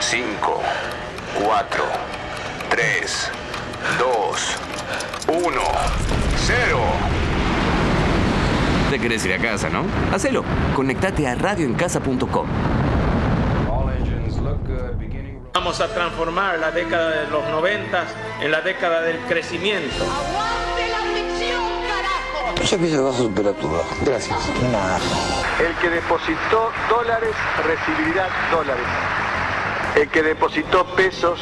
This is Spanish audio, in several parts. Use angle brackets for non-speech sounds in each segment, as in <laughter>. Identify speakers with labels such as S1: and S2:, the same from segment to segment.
S1: 5, 4, 3, 2, 1, 0.
S2: Te querés ir a casa, ¿no? Hacelo. Conectate a radioencasa.com.
S3: Vamos a transformar la década de los noventas en la década del crecimiento.
S4: ¡Aguante la ficción, carajo!
S5: Yo pienso que vas a superar todo. Gracias. Nada.
S6: El que depositó dólares recibirá dólares. El que depositó pesos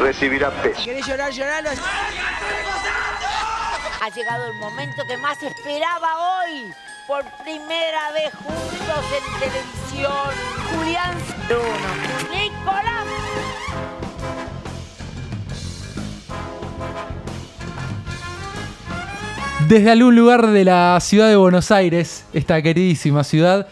S6: recibirá pesos.
S7: ¿Querés llorar, lloralo?
S4: Ha llegado el momento que más esperaba hoy. Por primera vez juntos en televisión. Julián Bruno. Nicolás.
S8: Desde algún lugar de la ciudad de Buenos Aires, esta queridísima ciudad,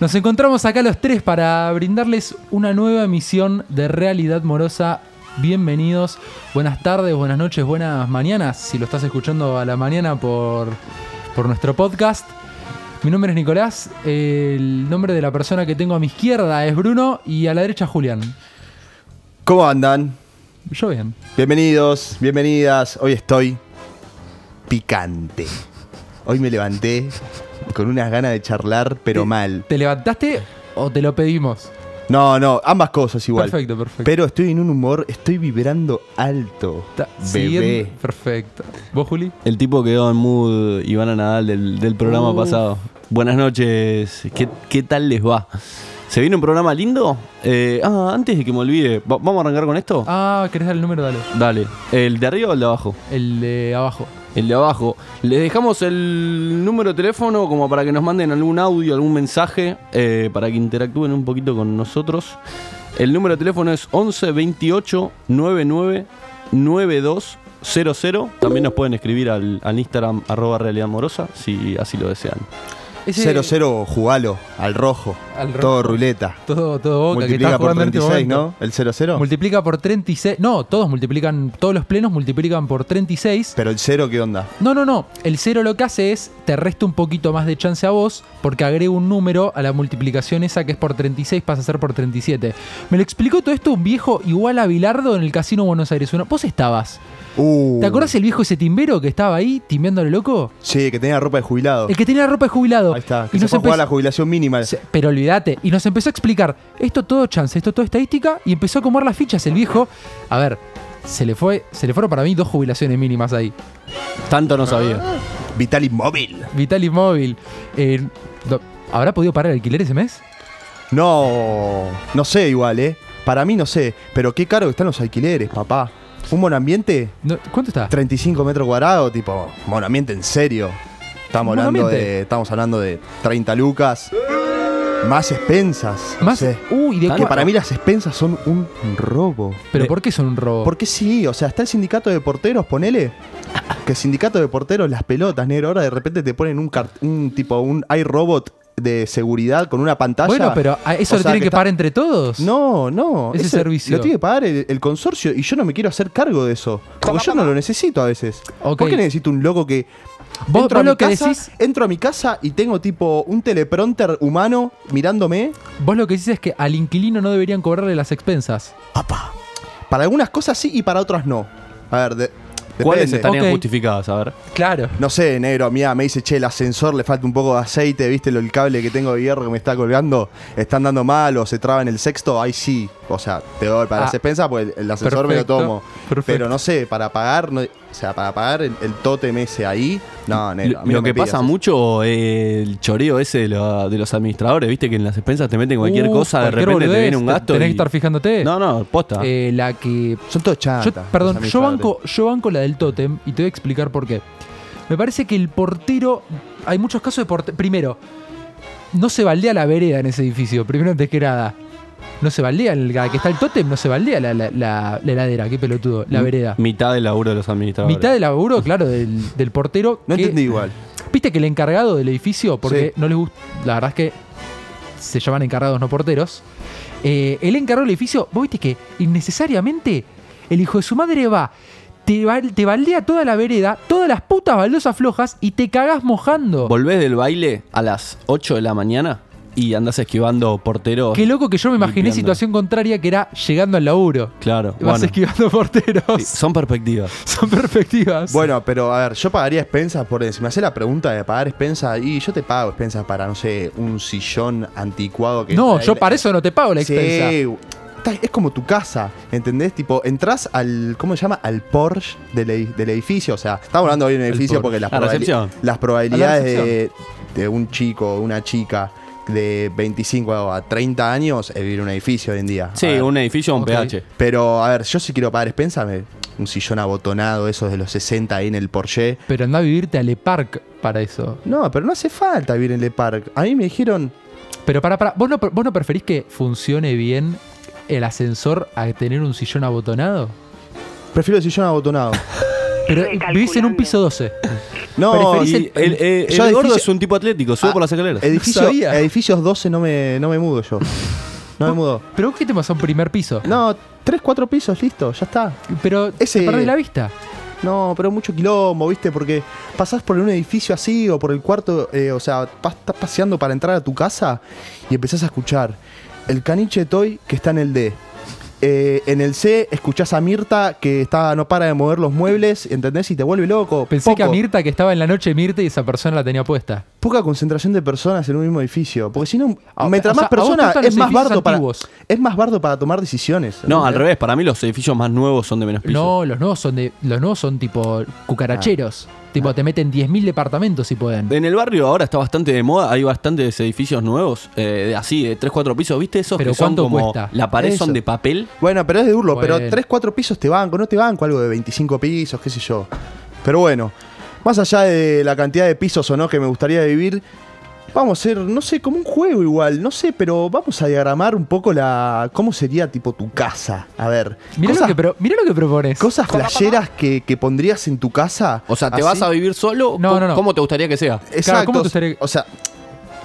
S8: nos encontramos acá los tres para brindarles una nueva emisión de Realidad Morosa. Bienvenidos, buenas tardes, buenas noches, buenas mañanas, si lo estás escuchando a la mañana por, por nuestro podcast. Mi nombre es Nicolás, el nombre de la persona que tengo a mi izquierda es Bruno y a la derecha Julián.
S9: ¿Cómo andan?
S8: Yo bien.
S9: Bienvenidos, bienvenidas. Hoy estoy picante. Hoy me levanté con unas ganas de charlar, pero mal.
S8: ¿Te levantaste o te lo pedimos?
S9: No, no, ambas cosas igual.
S8: Perfecto, perfecto.
S9: Pero estoy en un humor, estoy vibrando alto.
S8: Ta-
S9: Bebé.
S8: siguiendo- Perfecto. ¿Vos, Juli?
S10: El tipo quedó en mood Ivana Nadal del, del programa
S8: Uf.
S10: pasado. Buenas noches, ¿Qué, qué tal les va? ¿Se viene un programa lindo? Eh, ah, antes de que me olvide, ¿va- ¿vamos a arrancar con esto?
S8: Ah, ¿querés dar el número? Dale.
S10: Dale, ¿el de arriba o el de abajo?
S8: El de abajo.
S10: El de abajo. Les dejamos el número de teléfono como para que nos manden algún audio, algún mensaje, eh, para que interactúen un poquito con nosotros. El número de teléfono es 11 28 99 92 00. También nos pueden escribir al, al Instagram arroba realidad amorosa si así lo desean.
S9: 0-0, jugalo, al rojo.
S8: Al rojo.
S9: Todo ruleta.
S8: Todo, todo Boca que está
S9: Multiplica por
S8: jugando en
S9: 36,
S8: este
S9: ¿no?
S8: momento.
S9: El 0-0.
S8: Multiplica por 36. No, todos multiplican, todos los plenos multiplican por 36.
S9: Pero el 0, ¿qué onda?
S8: No, no, no. El cero lo que hace es te resta un poquito más de chance a vos porque agrega un número a la multiplicación esa que es por 36 pasa a ser por 37. Me lo explicó todo esto un viejo igual a Bilardo en el Casino Buenos Aires. Uno- Vos estabas.
S9: Uh,
S8: ¿Te acordás el viejo ese timbero que estaba ahí timbándole loco?
S9: Sí, que tenía ropa de jubilado.
S8: El que tenía la ropa de jubilado.
S9: Ahí está.
S8: Y
S9: Que se
S8: nos
S9: fue a jugar
S8: empezó-
S9: la jubilación mínima.
S8: Se- Pero olvídate, y nos empezó a explicar esto todo chance, esto todo estadística, y empezó a comer las fichas el viejo. A ver, se le fue, se le fueron para mí dos jubilaciones mínimas ahí.
S10: Tanto no
S8: Ah.
S10: sabía.
S9: Vital Inmóvil.
S8: Vital y móvil. eh, do- ¿Habrá podido parar el alquiler ese mes?
S9: No, no sé igual, ¿eh? Para mí no sé, pero qué caro que están los alquileres, papá. Un monambiente,
S8: No, ¿Cuánto está?
S9: 35 metros cuadrados, tipo, monambiente en serio. Estamos
S8: ¿Un
S9: hablando,
S8: monoambiente?
S9: de, estamos hablando de 30 lucas, más expensas. no
S8: Más.
S9: sé.
S8: Uy, ¿de
S9: Que
S8: cuánto?
S9: para mí las expensas son un robo. Eh,
S8: ¿Pero por qué son un robo?
S9: Porque sí, o sea, está el sindicato de porteros, ponele. Que el sindicato de porteros, las pelotas, negro, ahora de repente te ponen un, cart- un tipo, un iRobot de seguridad con una pantalla.
S8: bueno, pero ¿a ¿eso
S9: O
S8: lo
S9: sea,
S8: tienen que,
S9: está-
S8: pagar entre todos?
S9: no, no.
S8: Ese
S9: eso
S8: servicio.
S9: Lo tiene que pagar el, el consorcio y yo no me quiero hacer cargo de eso. Porque yo no lo necesito a veces.
S8: Ok.
S9: ¿Por qué necesito un loco que.
S8: Vos-
S9: entro, a
S8: vos lo
S9: mi
S8: que
S9: casa,
S8: decís-
S9: entro a mi casa y tengo tipo un teleprompter humano mirándome.
S8: Vos lo que decís es que al inquilino no deberían cobrarle las expensas.
S9: Para algunas cosas sí y para otras no. A ver, de-
S10: ¿Cuáles
S9: depende.
S10: estarían
S8: Ok.
S10: justificadas? A ver.
S8: Claro.
S9: No sé, negro, mira, me dice, che, el ascensor le falta un poco de aceite, viste lo- el cable que tengo de hierro que me está colgando, están dando mal o se traba en el sexto, ahí sí. O sea, te doy para
S8: Ah.
S9: las expensas porque el- el ascensor
S8: Perfecto,
S9: me lo tomo.
S8: perfecto.
S9: Pero no sé, para pagar, no- o sea, para pagar el, el tótem ese ahí, no, negro. a
S10: Lo,
S9: mí no
S10: lo
S9: me
S10: que
S9: pidas
S10: pasa
S9: eso.
S10: mucho eh, el choreo ese de, la- de los administradores, viste que en las expensas te meten cualquier
S8: Uh,
S10: cosa, de
S8: cualquier
S10: repente te
S8: boludez,
S10: viene un
S8: te-
S10: gasto.
S8: Tenés
S10: y-
S8: que estar fijándote.
S10: No, no, posta.
S8: Eh, la que
S9: Son todos
S8: Yo-
S9: chatas.
S8: perdón,
S9: los
S8: yo
S9: administradores.
S8: banco, yo banco la del tótem y te voy a explicar por qué. Me parece que el portero. Hay muchos casos de portero. Primero, no se baldea la vereda en ese edificio. Primero, antes que nada. No se baldea el la que está el tótem, no se baldea la, la- la- la heladera. Qué pelotudo. La
S10: M-
S8: vereda.
S10: Mitad del laburo de los administradores.
S8: Mitad del laburo, claro, del, del portero.
S9: No
S8: que-
S9: entendí igual.
S8: Viste que el encargado del edificio, porque
S9: Sí.
S8: no les gusta. La verdad es que se llaman encargados, no porteros. Eh, el encargado del edificio, vos viste que innecesariamente el hijo de su madre va, te, bal- te baldea toda la vereda, todas las putas baldosas flojas y te cagás mojando.
S10: Volvés del baile a las 8 de la mañana y andás esquivando porteros.
S8: Qué loco que yo me imaginé
S10: Limpiando.
S8: situación contraria que era llegando al laburo.
S10: Claro,
S8: Vas
S10: bueno.
S8: esquivando porteros.
S10: Sí, Son perspectivas.
S8: <laughs> Son perspectivas.
S9: Bueno, pero a ver, yo pagaría expensas por Si me hace la pregunta de pagar expensas, y yo te pago expensas para, no sé, un sillón anticuado que.
S8: no,
S9: trae-
S8: yo para eso no te pago la
S9: Sí,
S8: expensa.
S9: está- Es como tu casa, ¿entendés? Tipo, entras al, ¿cómo se llama? Al Porsche del, edi- del edificio. O sea, estamos hablando hoy de un edificio
S10: Porsche.
S9: porque las,
S10: La recepción.
S9: las probabilidades de, de un chico o una chica de 25 a 30 años es vivir en un edificio hoy en día. A
S10: Sí,
S9: ver,
S10: un edificio, un
S8: Ok.
S10: PH.
S9: Pero, a ver, yo si quiero pagar expensas, me- un sillón abotonado, esos de los 60 ahí en el Porsche.
S8: Pero anda a vivirte a Le Parc para eso.
S9: No, pero no hace falta vivir en Le Parc. A mí me dijeron,
S8: Pero para, para, ¿vos no, ¿vos no preferís que funcione bien el ascensor a tener un sillón abotonado?
S9: prefiero el
S8: <laughs>
S9: sillón abotonado.
S8: Pero vivís en un piso 12.
S9: No,
S10: Y
S9: y-
S10: el, el-
S9: yo
S10: el
S9: edificio-
S10: gordo es un tipo atlético, sube
S9: Ah,
S10: por las escaleras.
S9: Edificio-
S8: No sabía.
S9: Edificios 12 no me, no me mudo yo. No me mudo.
S8: Pero vos qué te vas a un primer piso.
S9: No, 3, 4 pisos, listo, ya está.
S8: Pero
S9: Ese-
S8: te perdés la vista.
S9: No, pero mucho quilombo, ¿viste? Porque pasás por un edificio así o por el cuarto, eh, o sea, pa- estás paseando para entrar a tu casa y empezás a escuchar el caniche toy que está en el D. Eh, en el C escuchás a Mirta que está, no para de mover los muebles, ¿entendés? Y te vuelve loco.
S8: Pensé que a
S9: Poco-
S8: Mirta, que estaba en la noche Mirta y esa persona la tenía puesta.
S9: poca concentración de personas en un mismo edificio. Porque si no,
S8: Ah,
S9: mientras
S8: o sea, a
S9: más
S8: vos te
S9: personas,
S8: gustan los
S9: es más,
S8: edificios
S9: bardo para,
S8: antiguos.
S9: es más bardo para tomar decisiones.
S10: No, al
S9: ¿entendés?
S10: revés, para mí los edificios más nuevos son de menos pisos.
S8: No, los nuevos son de. Los nuevos son tipo cucaracheros.
S10: Ah.
S8: Tipo, te meten 10.000 departamentos si pueden.
S10: En el barrio ahora está bastante de moda, hay bastantes edificios nuevos, eh, de- así, de 3, 4 pisos, ¿viste esos
S8: Pero
S10: que son
S8: ¿cuánto
S10: como
S8: cuesta?
S10: la pared
S9: Eso.
S10: son de papel?
S9: Bueno, pero es de hurlo, pero
S8: Bueno.
S9: 3, 4 pisos te banco, no te banco algo de 25 pisos, qué sé yo. Pero bueno, más allá de la cantidad de pisos o no que me gustaría vivir, vamos a hacer, no sé, como un juego igual, no sé, pero vamos a diagramar un poco la. cómo sería tipo tu casa. A ver.
S8: Mirá, lo,
S9: cosas,
S8: que, pro- mirá lo que propones.
S9: cosas flasheras que, que pondrías en tu casa.
S10: O sea, ¿te
S9: así.
S10: vas a vivir solo?
S8: No,
S10: ¿Cómo-
S8: no, no.
S10: ¿Cómo te gustaría que sea?
S9: Exacto.
S8: ¿cómo te gustaría-
S9: O sea,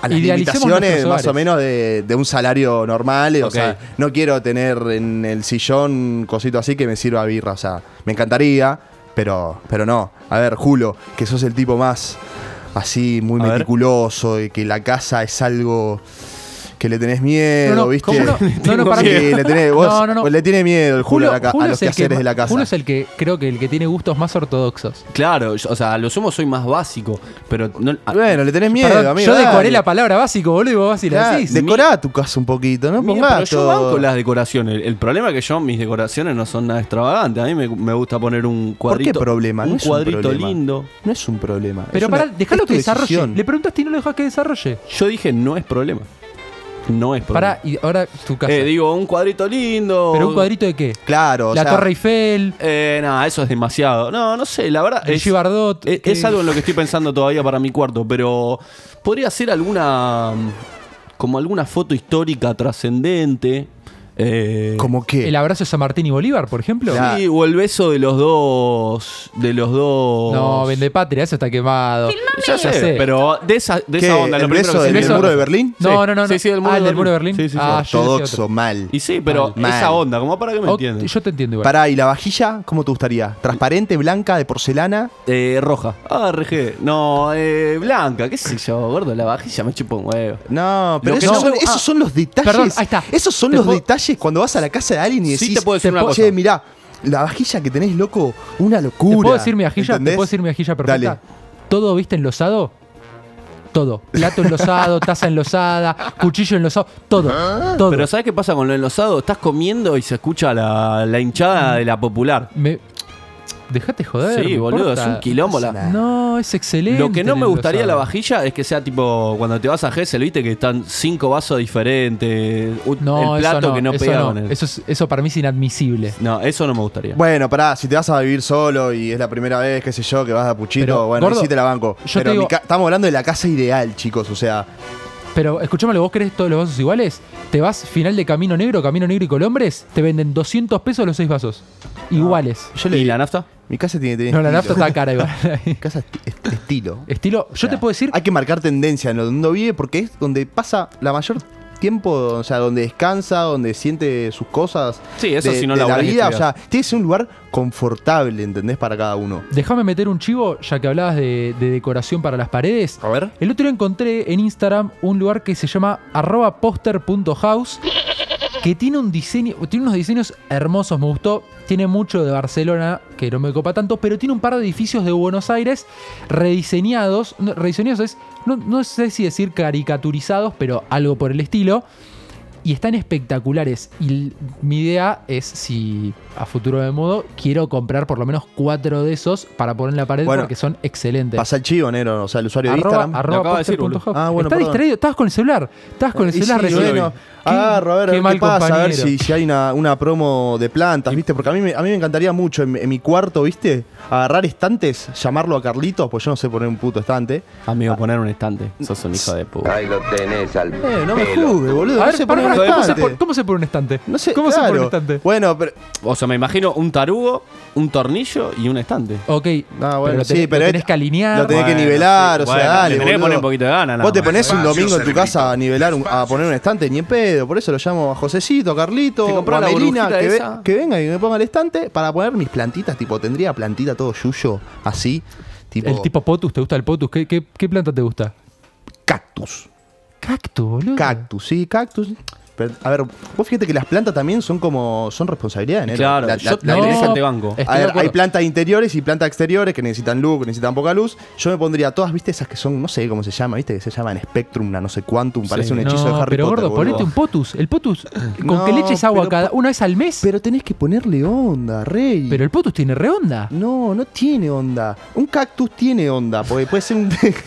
S9: a las
S8: Idealicemos
S9: limitaciones
S8: nuestros
S9: más o
S8: hogares.
S9: menos de, de un salario normal. O
S10: Ok.
S9: sea, no quiero tener en el sillón cosito así que me sirva birra. O sea, me encantaría, pero, pero no. A ver, Julio, que sos el tipo más así, muy
S10: A ver.
S9: meticuloso y que la casa es algo que le tenés miedo,
S8: No, no,
S9: ¿viste? <laughs>
S8: ¿cómo no? No, no, para
S9: Sí,
S8: mí- <laughs>
S9: le tenés, vos-
S8: No, no, no.
S9: le tiene miedo el Julio, a, la ca- a
S8: Julio
S9: los
S8: es el
S9: quehaceres
S8: que-
S9: de la casa.
S8: Julio es el que creo que el que tiene gustos más ortodoxos.
S10: Claro, yo- o sea, a lo sumo soy más básico, pero no, a-
S9: Ah, Bueno, le tenés miedo,
S8: Perdón,
S9: amigo.
S8: yo decoré
S9: dale.
S8: la palabra básico, boludo, y vos vas y la
S9: Claro,
S8: decís.
S9: Decorá tu casa un poquito, no
S10: Mira,
S9: pongas
S10: pero yo
S9: todo.
S10: banco las decoraciones. El, el problema es que yo, mis decoraciones no son nada extravagantes. A mí me, me gusta poner un
S9: ¿Por qué
S10: cuadrito.
S9: problema? No
S10: Un
S9: es
S10: cuadrito
S9: problema.
S10: lindo.
S9: No es un problema. es
S8: Pero
S9: una-
S8: pará, dejalo
S9: es tu
S8: que desarrolle.
S9: decisión.
S8: Le preguntaste y no lo dejás que desarrolle.
S10: Yo dije, no es problema. No es problema.
S8: Pará, y ahora tu casa.
S10: Eh, digo, un cuadrito lindo.
S8: ¿Pero un cuadrito de qué?
S9: Claro, o
S8: la
S9: sea,
S8: Torre Eiffel,
S10: Eh, no, eso es demasiado. No, no sé, la verdad. Es, e-
S8: Brigitte Bardot.
S10: es-
S8: que-
S10: es algo en lo que estoy pensando todavía para mi cuarto, pero podría ser alguna. como alguna foto histórica trascendente. Eh,
S9: ¿Cómo qué?
S8: ¿El abrazo de San Martín y Bolívar, por ejemplo?
S9: La-
S10: Sí, o el beso de los dos. De los dos.
S8: No, vende patria, eso está quemado.
S10: Ya sé,
S8: Ya sé.
S10: pero de esa, de
S9: ¿Qué,
S10: esa onda.
S9: el
S10: lo primero
S9: beso
S10: que se
S9: del
S10: me
S8: beso-
S10: viene-
S9: muro de Berlín?
S10: Sí,
S8: No, no, no.
S10: sí, sí, del muro
S8: ah,
S10: de
S8: el del muro de
S10: Berlín.
S8: Berlín.
S10: Sí, sí, sí.
S8: ah, yo decía
S9: Ortodoxo,
S8: otro.
S9: mal.
S10: Y sí, pero
S9: Mal.
S10: esa onda, como para que me
S8: Ot-
S10: entiendan.
S8: Yo te entiendo igual.
S9: Pará, ¿y la vajilla? ¿Cómo te gustaría? ¿Transparente, blanca, de porcelana?
S10: Eh, roja. Ah, RG. No, eh, blanca. ¿Qué sé yo, gordo? La vajilla me chupa un huevo.
S9: No, pero
S10: Lo que
S9: esos,
S10: no-
S9: son,
S10: Ah,
S9: esos son los detalles.
S8: perdón, ahí está.
S9: Esos son
S8: Te
S9: los
S8: puedo-
S9: detalles cuando vas a la casa de alguien y
S10: Sí,
S9: decís,
S10: te puedo decir una
S9: "Che,
S10: cosa".
S9: mirá, la vajilla que tenés, loco, una locura.
S8: ¿Te puedo decir mi ajilla? ¿Te
S9: ¿Entendés?
S8: puedo decir mi ajilla perfecta?
S9: Dale.
S8: ¿Todo viste enlosado? Todo. Plato
S9: <laughs>
S8: enlosado, taza enlosada, cuchillo enlosado, todo.
S10: ¿Ah?
S8: Todo.
S10: Pero ¿sabes qué pasa con lo enlosado? Estás comiendo y se escucha la, la hinchada de la popular.
S8: Me- Dejate joder.
S10: sí,
S8: me
S10: boludo, es
S8: importa.
S10: un quilombo. la-
S8: No, es excelente.
S10: Lo que no
S8: el
S10: me gustaría la
S8: enlosado.
S10: vajilla es que sea tipo cuando te vas a Gessel, viste que están cinco vasos diferentes, un-
S8: No,
S10: el plato
S8: eso no,
S10: que no
S8: eso
S10: pega
S8: no.
S10: con él.
S8: Eso, es- eso para mí es inadmisible.
S10: No, eso no me gustaría.
S9: Bueno, pará, si te vas a vivir solo y es la primera vez, qué sé yo, que vas a Puchito,
S8: Pero,
S9: bueno, ahí
S8: gordo,
S9: sí te la banco.
S8: yo te
S9: Pero mi
S8: digo-
S9: ca- estamos hablando de la casa ideal, chicos, o sea,
S8: Pero escuchámelo, ¿vos querés todos los vasos iguales? Te vas final de Camino Negro, Camino Negro y Colombres, te venden 200 pesos los seis vasos. Iguales.
S9: yo
S10: ¿Y
S9: le
S10: la nafta?
S9: mi casa tiene que tener
S8: No, la nafta
S9: estilo.
S8: está cara igual.
S9: <laughs> Mi casa es est- estilo.
S8: Estilo, yo
S9: O sea,
S8: te puedo decir
S9: Hay que marcar tendencia en lo donde uno vive porque es donde pasa la mayor tiempo, o sea, donde descansa, donde siente sus cosas.
S10: Sí, eso
S9: de,
S10: si no
S9: de la
S10: laburás y
S9: vida. O sea,
S10: estudiás.
S9: tiene que ser un lugar confortable, ¿entendés? Para cada uno.
S8: Déjame meter un chivo, ya que hablabas de, de decoración para las paredes.
S9: A ver.
S8: El otro día encontré en Instagram un lugar que se llama arroba poster.house que tiene un diseño, tiene unos diseños hermosos, me gustó. Tiene mucho de Barcelona, que no me copa tanto, pero tiene un par de edificios de Buenos Aires rediseñados. no, rediseñados es, no, no sé si decir caricaturizados, pero algo por el estilo. Y están espectaculares. Y l- mi idea es si a futuro me mudo, quiero comprar por lo menos cuatro de esos para poner en la pared
S9: Bueno,
S8: porque son excelentes.
S9: Pasa el chivo, Nero, o sea, el usuario de Instagram.
S8: Arroba,
S10: Lo acaba de decir,
S8: poster punto
S10: boludo.
S8: hub.
S9: Ah, bueno,
S8: Está
S9: perdón. Eh,
S8: distraído, estabas con el celular. Estabas con el
S9: Y
S8: celular
S9: sí,
S8: recién.
S9: bueno,
S8: Qué-
S9: agarro, a ver, a
S8: qué
S9: ver qué,
S8: mal
S9: pasa, a ver
S8: compañero.
S9: si, si hay una, una promo de plantas, ¿viste? Porque a mí, me, a mí me encantaría mucho en, mi- en mi cuarto, ¿viste? Agarrar estantes, llamarlo a Carlitos, pues yo no sé poner un puto estante.
S10: Amigo, poner un estante. Sos un hijo de puta.
S5: Ahí lo tenés al
S9: Eh, no me juzgue, boludo.
S8: A
S9: no
S8: ver,
S9: sé
S8: pará,
S9: poner un
S8: pará, ¿cómo, se
S9: estante.
S8: pone, ¿cómo se pone un estante?
S9: No sé,
S8: ¿Cómo se pone un
S9: claro.
S8: estante?
S9: Bueno, pero.
S10: O sea, me imagino un tarugo, un tornillo y un estante.
S8: Ok,
S9: Ah, bueno,
S8: pero lo
S9: sí,
S8: tenés, lo
S9: pero es-
S8: tenés que alinear.
S9: Lo tenés que
S10: Bueno,
S9: nivelar,
S10: sí,
S9: o sea,
S10: bueno,
S9: dale.
S10: le tenés que
S9: boludo.
S10: poner un poquito de ganas,
S9: Vos
S10: nada
S9: te
S10: más.
S9: pones un
S1: Espacio,
S9: domingo en tu
S1: Cervito.
S9: casa a nivelar, un- a poner un estante, ni en pedo. Por eso lo llamo a Josecito, a Carlito,
S10: ¿Te compró
S9: o a
S10: la
S9: Melina,
S10: burbujita
S9: que, ve-
S10: esa?
S9: que venga y me ponga el estante para poner mis plantitas. Tipo, tendría plantita todo yuyo, así. Tipo,
S8: El tipo Potus, ¿te gusta el Potus? ¿Qué, qué, qué planta te gusta?
S9: cactus.
S8: Cactus, boludo.
S9: Cactus, sí, cactus. Pero, a ver, vos fíjate que las plantas también son como. son responsabilidad, ¿no?
S10: Claro,
S9: La- la-
S10: yo-
S9: la
S10: no,
S9: tenés que-
S10: te banco.
S8: estoy
S9: A
S8: de
S9: ver, hay
S8: acuerdo.
S9: plantas interiores y plantas exteriores que necesitan luz, que necesitan poca luz. Yo me pondría todas, viste, esas que son, no sé cómo se llama, viste, que se llaman Spectrum, una no sé cuántum, parece un hechizo
S8: no,
S9: de Harry
S8: pero
S9: Potter.
S8: gordo,
S9: boludo.
S8: ponete un potus. El potus, con
S9: No,
S8: que le eches agua
S9: pero
S8: cada
S9: po-
S8: una vez al mes. Pero,
S9: Pero tenés que ponerle onda, rey.
S8: el potus tiene
S9: <laughs>
S8: reonda.
S9: No, no tiene onda. Un cactus tiene onda, porque puede
S8: <laughs>
S9: ser un. <laughs>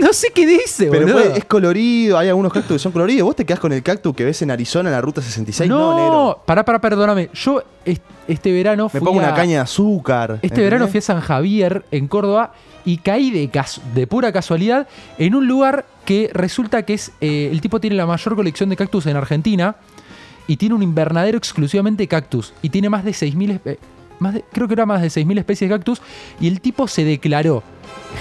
S8: No sé qué dice,
S9: pero
S8: boludo.
S9: puede- es colorido, hay algunos cactus que son coloridos. Vos te quedás con el cactus que ves en Arizona en la ruta 66, no, negro.
S8: no, pará, pará, perdóname. Yo est- este verano
S9: Me
S8: fui
S9: pongo una
S8: a-
S9: caña de azúcar.
S8: Este verano fui a San Javier, en Córdoba, y caí de, cas- de pura casualidad en un lugar que resulta que es. eh, el tipo tiene la mayor colección de cactus en Argentina y tiene un invernadero exclusivamente de cactus. Y tiene más de 6.000. espe- más de- creo que era más de 6.000 especies de cactus. Y el tipo se declaró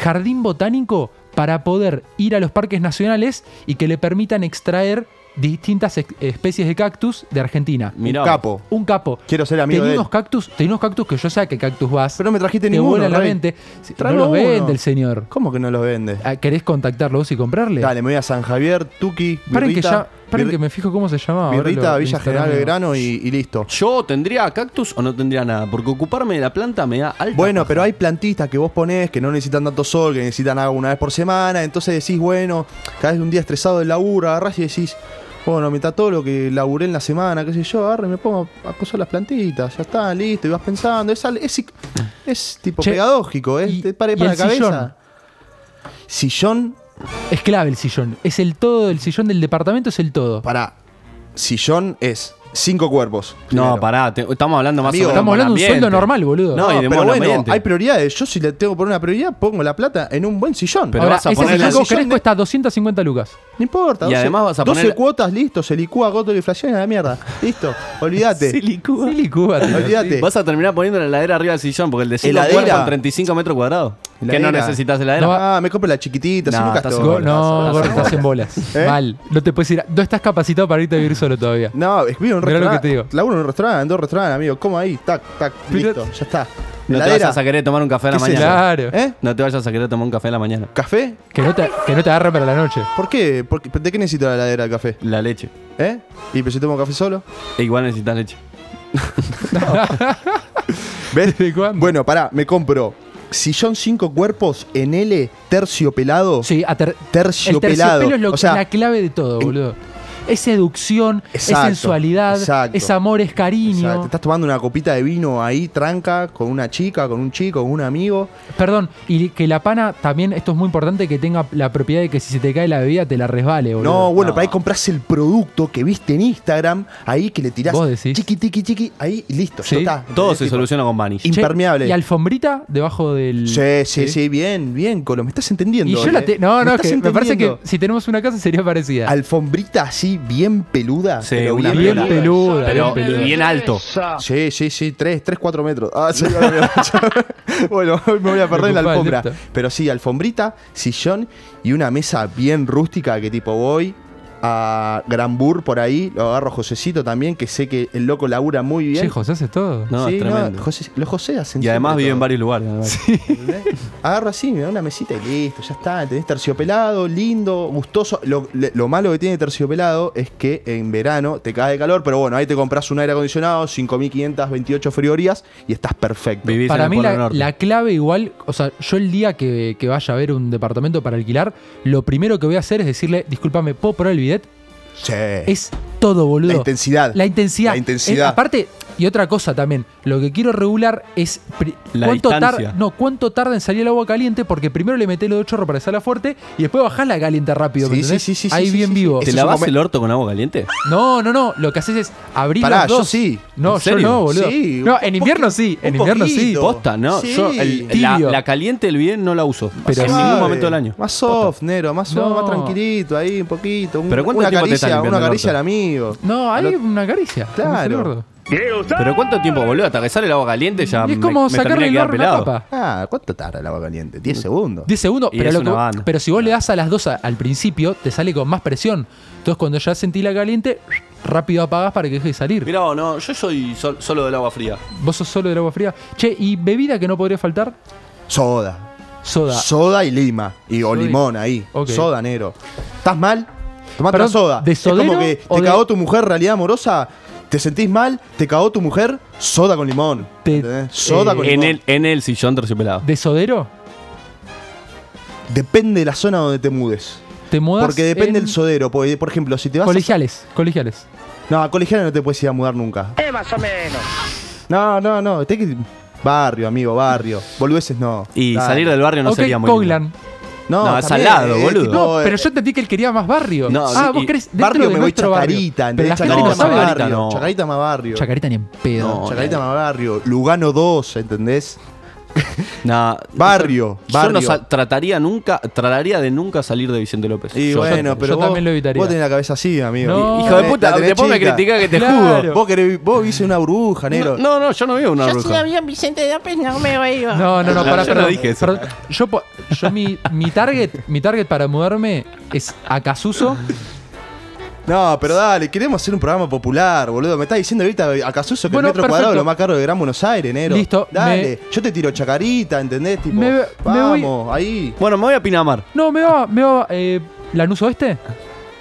S8: jardín botánico para poder ir a los parques nacionales y que le permitan extraer distintas ex- especies de cactus de Argentina.
S10: Mirá.
S9: Un capo.
S8: Un capo.
S9: Quiero ser amigo
S8: tenía
S9: de él.
S8: unos cactus, tenía unos cactus que yo sé a qué cactus vas.
S9: Pero no me trajiste
S8: te
S9: ninguno,
S8: vuelan la
S9: rey.
S8: mente. Si- No
S9: Tráeme
S8: los
S9: uno.
S8: vende el señor.
S9: ¿Cómo que no los vende?
S8: Ah, ¿Querés contactarlo vos y comprarle?
S9: Dale, me voy a San Javier, Tuki,
S8: Paren que
S9: Birrita,
S8: ya, paren
S9: Birri-
S8: que me fijo cómo se llamaba. ahora
S9: Birrita,
S8: lo- lo
S9: Villa General
S8: instagrameo.
S9: Belgrano y, y listo.
S10: ¿Yo tendría cactus o no tendría nada? Porque ocuparme de la planta me da alta.
S9: Bueno,
S10: paja.
S9: pero hay plantitas que vos ponés que no necesitan tanto sol, que necesitan agua una vez por semana, entonces decís, bueno, cada vez un día estresado del laburo, agarrás y decís, bueno, mitad todo lo que laburé en la semana, qué sé yo, agarro y me pongo a cosar las plantitas, ya está, listo, y vas pensando, es, al- es, es tipo
S8: Che,
S9: pedagógico, es
S8: y-
S9: te pare
S8: y
S9: para
S8: el
S9: la cabeza. Sillón,
S8: Es clave el sillón. Es el todo, el sillón del departamento es el todo.
S9: para sillón es cinco cuerpos.
S10: No,
S9: primero.
S10: pará, te- estamos hablando más
S9: Amigo,
S10: o menos
S8: Estamos
S10: con
S8: hablando de un
S10: ambiente.
S8: sueldo normal, boludo.
S10: No, y de
S9: pero
S10: mono
S9: bueno,
S10: ambiente.
S9: hay prioridades. Yo si le tengo que poner una prioridad, pongo la plata en un buen sillón.
S10: Pero
S8: Ahora,
S10: vas a
S8: ese
S10: poner
S8: sillón
S10: el
S8: que vos
S9: sillón
S8: querés
S9: de-
S8: cuesta 250 lucas.
S9: No importa.
S10: Y además vas a
S9: 12
S10: poner-
S9: cuotas, listo, se licúa con toda la inflación y a la mierda. Listo,
S10: <laughs>
S9: olvídate.
S10: Silicua.
S8: Silly Cuba, tío.
S9: olvídate.
S10: Vas a terminar poniendo la heladera arriba del sillón porque el de cinco
S9: Heladera.
S10: cuerpos en 35 metros cuadrados. Que no
S9: Heladera.
S10: necesitas heladera.
S8: No va-
S9: Ah, me compro la chiquitita,
S10: No,
S9: si nunca
S10: estás
S9: estoy-
S8: Go-
S10: Gordo,
S8: no,
S10: estás-
S8: gordo, estás en bolas.
S9: ¿Eh?
S8: Mal. No te puedes ir. a- No estás capacitado para irte a vivir solo todavía.
S9: No, es que vivo en un
S8: Mirá lo
S9: restaurante.
S8: que te digo.
S9: Laburo en un restaurante, en dos restaurantes, amigo. Como ahí, tac, tac,
S8: Pero-
S9: listo, ya está.
S10: No te
S9: Heladera.
S10: vayas a querer tomar un café a la
S9: ¿Qué es eso?
S10: mañana.
S8: Claro.
S9: ¿Eh?
S10: No te vayas a querer tomar un café a la mañana.
S9: ¿Café?
S8: Que no te, que no te agarre para la noche.
S9: ¿Por qué? ¿Por qué? ¿De qué necesito la heladera el café?
S10: La leche.
S9: ¿Eh? ¿Y pero si tomo café solo?
S10: E igual necesitas leche.
S9: ¿Ves?
S8: ¿Desde cuándo?
S9: Bueno, pará, me compro sillón cinco cuerpos en L terciopelado.
S8: Sí, a ter- el
S9: Terciopelado.
S8: terciopelo es lo-
S9: o sea,
S8: la clave de todo,
S9: en-
S8: boludo. Es seducción, es
S9: Exacto,
S8: sensualidad,
S9: exacto.
S8: es amor, es
S9: O sea,
S8: cariño.
S9: te estás tomando una copita de vino ahí, tranca, con una chica, con un chico, con un amigo.
S8: Perdón, y que la pana también, esto es muy importante, que tenga la propiedad de que si se te cae la bebida te la resbale, boludo.
S9: no, bueno, para ahí compras el producto que viste en Instagram, ahí que le tirás
S8: Vos decís.
S9: chiqui, tiqui, chiqui, ahí y listo,
S8: Sí.
S9: ya está.
S10: Todo
S9: Es
S10: se
S9: tipo,
S10: soluciona con Vanish.
S8: Che,
S9: Impermeable.
S8: Y alfombrita debajo del.
S9: Sí, sí, sí, bien, bien, Colo, me estás entendiendo.
S8: Y yo la
S9: eh.
S8: te- No,
S9: Me
S8: no,
S9: estás
S8: que me parece que
S9: entendiendo.
S8: si tenemos una casa sería parecida.
S9: Alfombrita así, bien peluda.
S10: Sí,
S9: pero
S10: una
S8: bien
S10: peluda.
S8: peluda,
S10: Pero
S8: bien peluda.
S10: bien alto.
S9: Sí, sí, sí, 3, 3, 4 metros. Ah, sí, <laughs> ahora me voy a- bueno, hoy me voy
S10: <laughs>
S9: a perder en la
S8: Preocupante
S9: alfombra.
S8: esto.
S9: Pero sí, alfombrita, sillón y una mesa bien rústica que tipo voy, a Granbur por ahí, lo agarro a Josecito también, que sé que el loco labura muy bien.
S8: Che, José, haces todo.
S10: No,
S9: Sí,
S10: es
S9: no,
S10: tremendo.
S9: José- los José hacen
S10: y además
S9: siempre
S10: vive en
S9: todo.
S10: varios lugares.
S9: <laughs> Agarro así, me da una mesita y listo, ya está. Tenés terciopelado, lindo, gustoso. Lo, le- lo malo que tiene terciopelado es que en verano te cae de calor, pero bueno, ahí te compras un aire acondicionado, 5.528 frigorías y estás perfecto.
S10: Vivís en
S8: Para
S10: el
S8: mí
S10: Polo
S8: la,
S10: Norte.
S8: la clave igual, o sea, yo el día que, que vaya a ver un departamento para alquilar, lo primero que voy a hacer es decirle, discúlpame, ¿puedo probar el bidet?
S9: Sí.
S8: Es todo, boludo.
S9: Eh. La intensidad.
S8: La intensidad.
S9: La intensidad.
S8: Eh, aparte, y otra cosa también, lo que quiero regular es pri-
S10: La
S8: cuánto,
S10: distancia.
S8: no, cuánto tarda en salir el agua caliente, porque primero le metés lo de chorro para hacerla fuerte y después bajás la caliente rápido.
S9: Sí,
S8: ¿me
S9: sí,
S8: entendés?
S9: sí, sí,
S8: Ahí
S9: sí, sí,
S8: bien
S9: sí.
S8: vivo.
S10: ¿Te
S9: ese es un
S10: lavas
S9: momento-
S10: el orto con agua caliente?
S8: No, no, no. Lo que haces es abrir
S9: Pará,
S8: los
S9: yo
S8: dos.
S9: sí.
S8: No,
S10: ¿En
S8: yo
S10: serio?
S8: no, boludo.
S9: Sí,
S8: no, en
S9: un poqui-
S8: invierno sí. En
S9: un
S8: invierno sí.
S9: poquito.
S10: Posta, ¿no?
S9: Sí.
S10: Yo el- la,
S8: Tibio.
S10: la caliente del bien no la uso.
S8: Pero
S10: en
S8: suave.
S10: ningún momento del año.
S9: Más soft, Nero, más soft,
S8: No.
S9: más tranquilito, ahí un poquito. un-
S10: ¿Pero cuánto
S9: una
S10: tiempo te está
S9: caricia,
S10: limpiando
S9: una
S10: el
S9: caricia al
S10: orto?
S9: amigo.
S8: No, hay
S9: Al otro-
S8: una caricia.
S9: Claro.
S8: no sé, gordo.
S10: ¿Pero cuánto tiempo, boludo? Hasta que sale el agua caliente ya
S8: Y es
S10: me-
S8: como
S10: me, termina
S8: sacarle
S10: de
S8: el
S10: quedar
S8: horno a
S10: pelado.
S8: la papa.
S9: Ah, ¿cuánto tarda el agua caliente? 10 segundos.
S8: 10 segundos,
S10: Y
S8: pero,
S10: es
S8: lo
S10: una
S8: que-
S10: banda.
S8: pero si vos le das a las dos a- al principio, te sale con más presión. Entonces cuando ya sentí la caliente, rápido apagás para que deje de salir.
S10: Mirá, vos, no, yo soy sol- solo del agua fría.
S8: Vos sos solo del agua fría. Che, ¿y bebida que no podría faltar?
S9: Soda.
S8: Soda.
S9: Soda y lima. Y o
S8: Soda y-
S9: limón ahí.
S8: Ok.
S9: Soda, Nero. ¿Estás mal? Tomate
S8: Perdón,
S9: una soda.
S8: ¿de
S9: es como
S8: sodero
S9: que
S8: o
S9: te
S8: de-
S9: cagó tu mujer, realidad amorosa. Te sentís mal, te cagó tu mujer, soda con limón.
S8: Te-
S9: ¿Entendés? soda
S8: eh,
S9: con
S10: En
S9: limón.
S10: el, en el sillón terciopelado.
S8: ¿De sodero?
S9: Depende de la zona donde te mudes.
S8: ¿Te mudas?
S9: Porque depende
S8: en
S9: del sodero. Porque, por ejemplo, si te vas. a-
S8: Colegiales, colegiales.
S9: No, a colegial no te puedes ir a mudar nunca. Eh, más o menos. No, no, no. tenés que- Barrio, amigo, barrio. Volveses no.
S10: Y
S9: Dale.
S10: salir del barrio no
S8: ok,
S10: sería muy. lindo.
S8: Coglan.
S9: No,
S10: No, es
S9: también,
S10: al lado,
S9: eh,
S10: boludo.
S9: tipo,
S8: No,
S9: eh,
S8: pero yo entendí que él quería más barrio.
S10: No,
S8: ah,
S10: sí,
S8: vos
S10: y
S8: querés dentro
S9: barrio
S8: de
S9: me voy
S8: nuestro
S9: Chacarita,
S8: barrio. Pero la
S9: ¿entendés?
S8: gente
S9: Chacarita
S8: no
S10: más
S8: sabe
S10: barrio.
S8: barrio.
S10: no.
S9: Chacarita más barrio.
S8: Chacarita ni en pedo.
S10: No.
S9: Chacarita más barrio. Lugano 2, ¿entendés?
S10: Nah,
S9: Barrio,
S10: yo, Yo
S9: barrio.
S10: no sal- trataría nunca, trataría de nunca salir de Vicente López.
S9: Y
S8: Yo-
S9: bueno,
S8: yo
S9: pero vos,
S8: también lo evitaría.
S9: vos tenés la cabeza así, amigo.
S8: No.
S10: Hijo de
S9: La
S10: puta,
S9: tenés
S10: después me
S9: chica.
S10: critica que te
S8: Claro.
S10: juzgo.
S9: Vos, querés, vos viste una bruja, negro.
S10: No, no, yo no veo una bruja.
S4: había Vicente López, no me iba.
S8: No, no, no,
S10: Yo
S8: para,
S10: no
S8: perdón.
S10: dije eso.
S8: Perdón. Yo, po- yo mi, mi target, mi target para mudarme es a Casuso.
S9: No, pero dale, queremos hacer un programa popular, boludo. Me estás diciendo ahorita a Casuso que
S8: Bueno,
S9: el metro
S8: perfecto.
S9: cuadrado es lo más caro de Gran Buenos Aires, negro.
S8: Listo,
S9: Dale, yo te tiro chacarita, ¿entendés? Tipo,
S8: Me- me voy-
S9: vamos, ahí.
S10: Bueno, me voy a Pinamar.
S8: No, me va, me va eh, Lanús Oeste,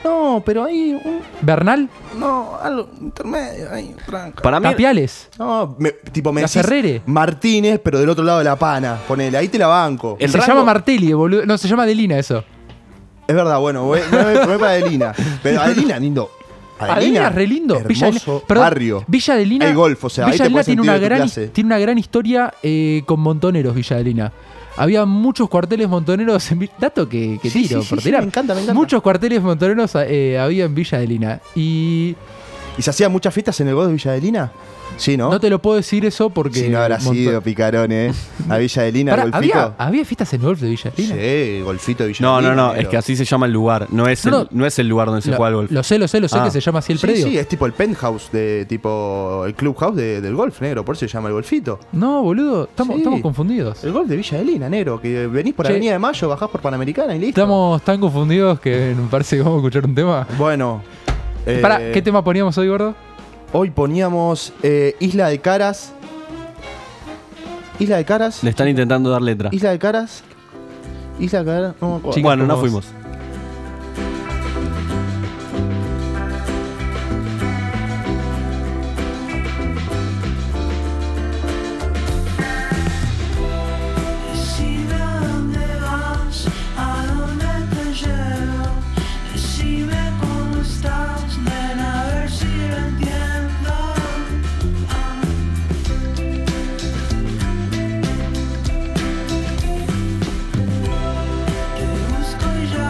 S9: No, pero ahí, un-
S8: Bernal,
S9: no, algo intermedio, ahí, tranca.
S10: Para mí,
S8: Tapiales.
S9: No, me- tipo, me
S8: La
S9: decís
S8: Ferrere.
S9: Martínez, pero del otro lado de la pana. Ponele, ahí te la banco.
S10: El
S8: se
S10: rango-
S8: llama Martelli, boludo. No, se llama Delina eso.
S9: Es verdad, bueno, voy, voy- voy para Adelina. Pero Adelina, lindo.
S8: Adelina es re lindo.
S9: Hermoso
S8: Delina- perdón,
S9: barrio.
S8: Villa Adelina.
S9: Hay golf, o sea, ahí
S8: Villa
S9: te
S8: Adelina
S9: puedes
S8: tiene
S9: sentir
S8: una,
S9: de tu
S8: gran,
S9: clase.
S8: tiene una gran historia eh, con montoneros, Villa Adelina. Había muchos cuarteles montoneros en Villa... Dato que, que
S9: Sí,
S8: tiro,
S9: sí, sí,
S8: por
S9: sí,
S8: tirar.
S9: me encanta, me encanta.
S8: Muchos cuarteles montoneros eh, había en Villa Adelina. Y
S9: ¿Y se hacían muchas fiestas en el God de Villa Adelina? Sí, ¿no?
S8: ¿No? te lo puedo decir eso porque...
S9: Si no habrá
S8: monto-
S9: sido picarón, ¿eh? A Villa Adelina,
S8: Pará,
S9: golfito.
S8: ¿había, había fiestas en golf de Villa Adelina.
S9: Sí, golfito de Villa
S10: No, no,
S9: Adelina,
S10: no,
S9: pero-
S10: es que así se llama el lugar. No es,
S8: No,
S10: el,
S8: no.
S10: no es el lugar donde se
S8: Lo-
S10: juega el golf.
S8: Lo sé, lo sé, lo sé
S10: Ah.
S8: que se llama así el
S9: Sí,
S8: predio.
S9: sí, es tipo el penthouse de tipo el clubhouse de- del golf negro, por eso se llama el golfito.
S8: No, boludo, estamos,
S9: Sí.
S8: estamos confundidos.
S9: El golf de Villa Adelina, negro, que venís por
S8: Che.
S9: Avenida de Mayo, bajás por Panamericana y listo.
S8: Estamos tan confundidos que me parece que vamos a escuchar un tema.
S9: Bueno. eh,
S8: Pará, ¿qué tema poníamos hoy, gordo?
S9: Hoy poníamos eh, Isla de Caras. Isla de Caras.
S10: Le están intentando dar letra.
S9: Isla de Caras. Isla de Caras. No me acuerdo.
S8: Chicas
S10: bueno,
S8: como
S10: no
S8: vos.
S10: fuimos.
S7: Si dónde vas, a dónde te llevo, decime cómo estás, ven a ver si lo entiendo. Te busco y ya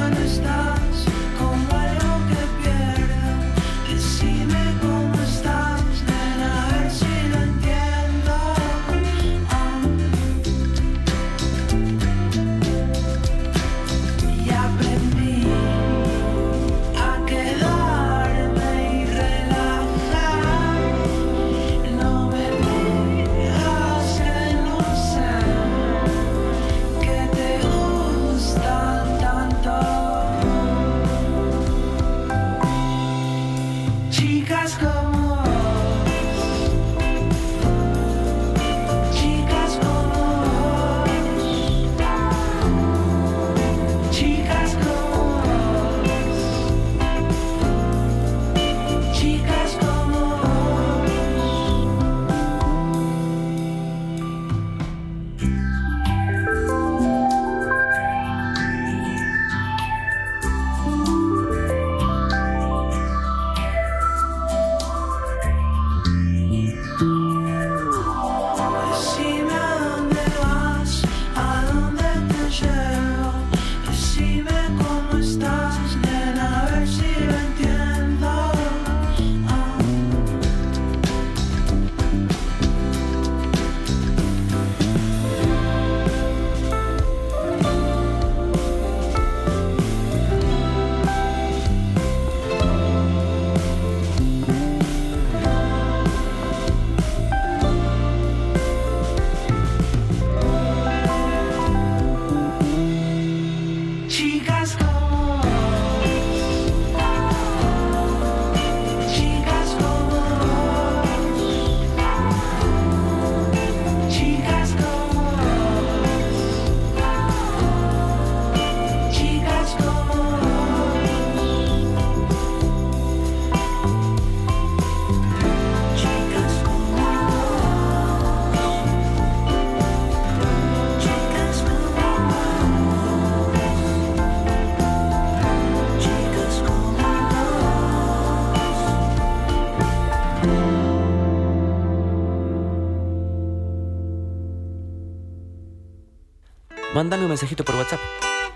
S11: Mándame un mensajito por WhatsApp.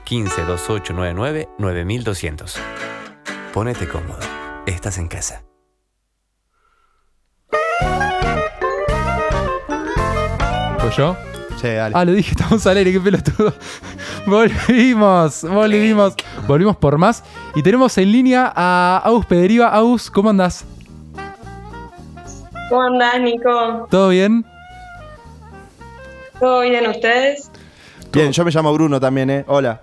S11: 15 2899 9200. Ponete cómodo. Estás en casa.
S8: ¿Pues yo?
S9: Sí, dale.
S8: Ah, lo dije, estamos al aire, qué pelotudo. <laughs> volvimos, volvimos. Volvimos por más. Y tenemos en línea a Agus Pederiva. Agus, ¿cómo andás?
S12: ¿Cómo andás, Nico?
S8: ¿Todo bien?
S12: ¿Todo bien ustedes?
S9: Bien, yo me llamo Bruno también, ¿eh? Hola.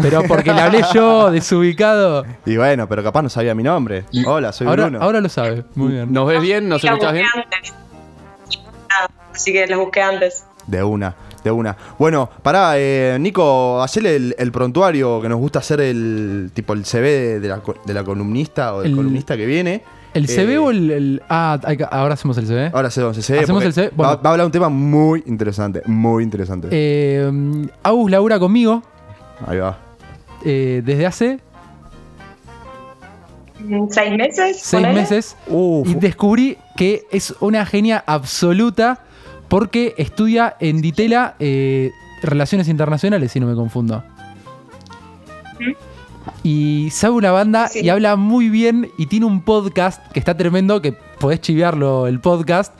S8: Pero porque le hablé
S9: <laughs>
S8: yo, desubicado.
S9: Y bueno, pero capaz no sabía mi nombre. Hola, soy
S8: ahora,
S9: Bruno.
S8: ahora lo sabe. Muy bien.
S10: ¿Nos ves bien? ¿Nos
S12: Sí, los busqué antes. Ah, Así que los busqué antes.
S9: De una, de una. Bueno, pará, eh, Nico, hacele el, el prontuario que nos gusta hacer el tipo el CV de, de la, co- de la columnista o del
S8: El-
S9: columnista que viene.
S8: ¿El CB
S9: Eh,
S8: o el, el- Ah, hay que- ahora hacemos el CB.
S9: Ahora hacemos el CV.
S8: ¿Hacemos
S9: porque
S8: el CV?
S9: va-
S8: Bueno.
S9: Va, a hablar un tema muy interesante, muy interesante.
S8: Eh, Agus labura conmigo
S9: Ahí va.
S8: eh, desde hace
S12: Mm, ¿Seis meses?
S8: seis
S12: ponele?
S8: meses y descubrí que es una genia absoluta porque estudia en Ditela eh, Relaciones Internacionales, si no me confundo. Y sabe una banda y habla muy bien y tiene un podcast que está tremendo, que podés chiviarlo el podcast.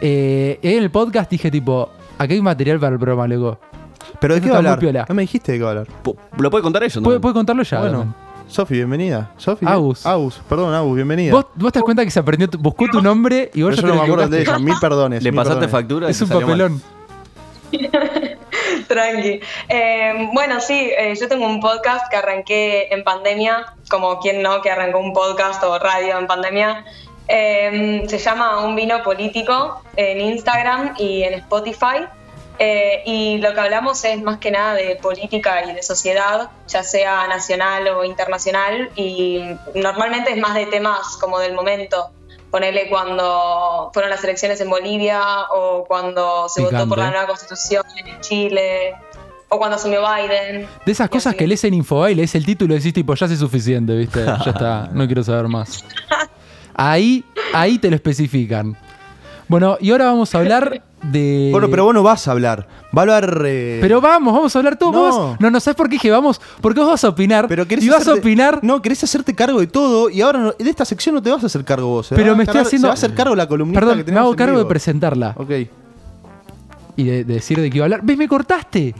S8: Eh, en el podcast dije tipo, aquí hay material para el programa, loco.
S9: ¿Pero de
S8: Eso
S9: qué va a
S8: está muy
S9: hablar?
S8: piola.
S9: No me dijiste de qué va a hablar.
S10: Lo puede contar ellos, ¿no?
S8: Puede, puede contarlo ya.
S9: Bueno,
S8: Damián.
S9: Sofi, bienvenida. Sofi.
S8: Agus.
S9: Agus, perdón, Agus, bienvenida.
S8: ¿Vos, vos te das cuenta que se aprendió, tu- buscó tu nombre y vos ya
S9: Pero yo
S8: te
S9: no
S8: lo
S9: me acuerdo de
S8: equivocaste.
S9: ella, mil perdones.
S10: Le
S9: mil
S10: pasaste
S9: perdones.
S10: factura.
S8: Es un
S10: salió mal.
S8: papelón.
S12: Tranqui. Eh, bueno, sí, eh, yo tengo un podcast que arranqué en pandemia, como quien no, que arrancó un podcast o radio en pandemia. Eh, se llama Un vino político en Instagram y en Spotify. Eh, y lo que hablamos es más que nada de política y de sociedad, ya sea nacional o internacional, y normalmente es más de temas como del momento. Ponerle cuando fueron las elecciones en Bolivia o cuando se votó por
S8: Picante.
S12: la nueva constitución en Chile o cuando asumió Biden.
S8: De esas cosas que lees en Infobae, lees el título y decís, tipo, ya sé suficiente,
S9: <laughs>
S8: ¿viste? Ya está, no quiero
S12: <laughs>
S8: saber más. Ahí, ahí te lo especifican. Bueno, y ahora vamos a hablar de.
S9: Bueno, pero vos no vas a hablar. Va a hablar. eh,
S8: Pero vamos, vamos a hablar tú,
S9: No.
S8: vos. No, no sabes por qué dije vamos, porque vos vas a opinar.
S9: Pero querés
S8: y vas a
S9: hacerte-
S8: opinar.
S9: No, querés hacerte cargo de todo y ahora no- de esta sección no te vas a hacer cargo vos. ¿eh? se
S8: Pero
S9: va a
S8: me estoy
S9: cargar-
S8: haciendo-
S9: Se va a hacer cargo la columnista que
S8: Perdón, me
S9: tenemos
S8: hago
S9: en
S8: cargo de
S9: vivo.
S8: presentarla
S9: Ok.
S8: y de, de decir de qué iba a hablar. ¿Ves? Me cortaste.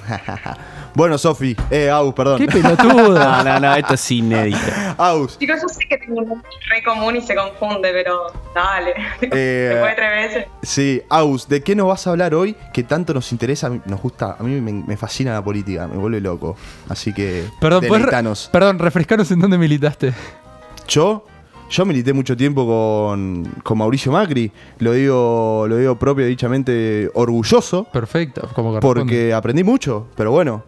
S9: Bueno, Sofi. Eh, Agus, perdón.
S8: ¡Qué pelotuda!
S10: No, no, no, esto es inédito.
S9: <laughs> Aus.
S12: Chicos, yo sé que tengo un nombre re común y se confunde, pero dale. <laughs> Se fue
S9: Eh,
S12: tres veces.
S9: sí, Aus, ¿de qué nos vas a hablar hoy que tanto nos interesa, nos gusta? A mí me, me fascina la política, me vuelve loco. Así que.
S8: <laughs> Perdón, ¿podés re-
S9: deleitanos.
S8: perdón, refrescanos en dónde militaste.
S9: Yo, yo milité mucho tiempo con, con Mauricio Macri. Lo digo, lo digo propio, dichamente orgulloso,
S8: Perfecto, como corresponde.
S9: porque aprendí mucho. Pero bueno,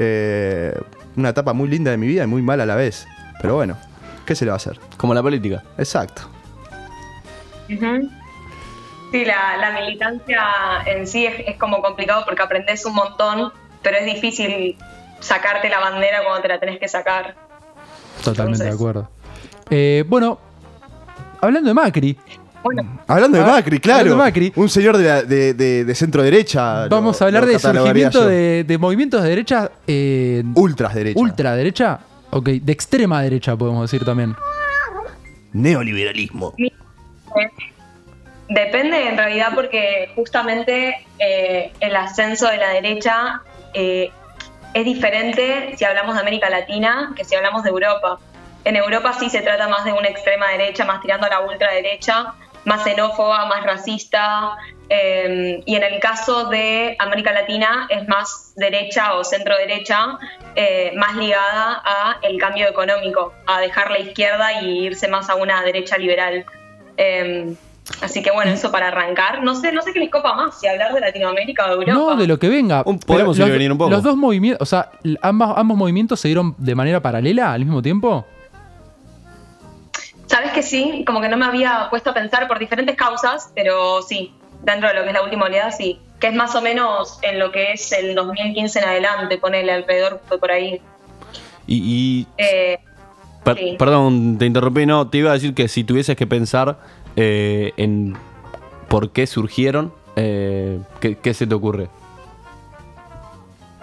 S9: eh, una etapa muy linda de mi vida y muy mala a la vez. Pero bueno, ¿qué se le va a hacer?
S10: Como la política.
S9: Exacto.
S12: Ujú. Sí, la, la militancia en sí es, es como complicado porque aprendes un montón, pero es difícil sacarte la bandera cuando te la tenés que sacar.
S8: Totalmente de
S12: Entonces.
S8: acuerdo. Eh, bueno, hablando de Macri,
S12: Bueno,
S9: Hablando de
S8: Ah,
S9: Macri, claro.
S8: hablando de Macri.
S9: Un señor de, la- de- de- de centro
S10: Ah,
S9: derecha. lo-
S8: vamos a hablar
S9: lo
S8: de
S9: catalogaría
S8: surgimiento
S9: yo.
S8: de, de movimientos de derecha, eh,
S9: Ultras derecha.
S8: ultra derecha, ok, de extrema derecha podemos decir también.
S9: Neoliberalismo.
S12: Depende en realidad porque justamente eh, el ascenso de la derecha eh, es diferente si hablamos de América Latina que si hablamos de Europa. En Europa sí se trata más de una extrema derecha, más tirando a la ultraderecha, más xenófoba, más racista. eh, y en el caso de América Latina es más derecha o centro derecha, eh, más ligada a el cambio económico, a dejar la izquierda y irse más a una derecha liberal. Eh, así que bueno, eso para arrancar. No sé, no sé qué les copa más, si hablar de Latinoamérica o de Europa.
S8: No, de lo que venga.
S10: Un- podemos
S8: Pero
S10: ir y venir un poco.
S8: Los dos movimientos, o sea, l- ambas- ambos movimientos se dieron de manera paralela al mismo tiempo.
S12: Sabes que sí, como que no me había puesto a pensar por diferentes causas, pero sí, dentro de lo que es la última oleada, sí. Que es más o menos en lo que es el 2015 en adelante, ponele alrededor, fue por ahí.
S10: Y, y-
S12: Eh,
S10: per-
S12: sí.
S10: Perdón, te interrumpí, no, te iba a decir que si tuvieses que pensar eh, en por qué surgieron, eh, ¿qué, qué se te ocurre?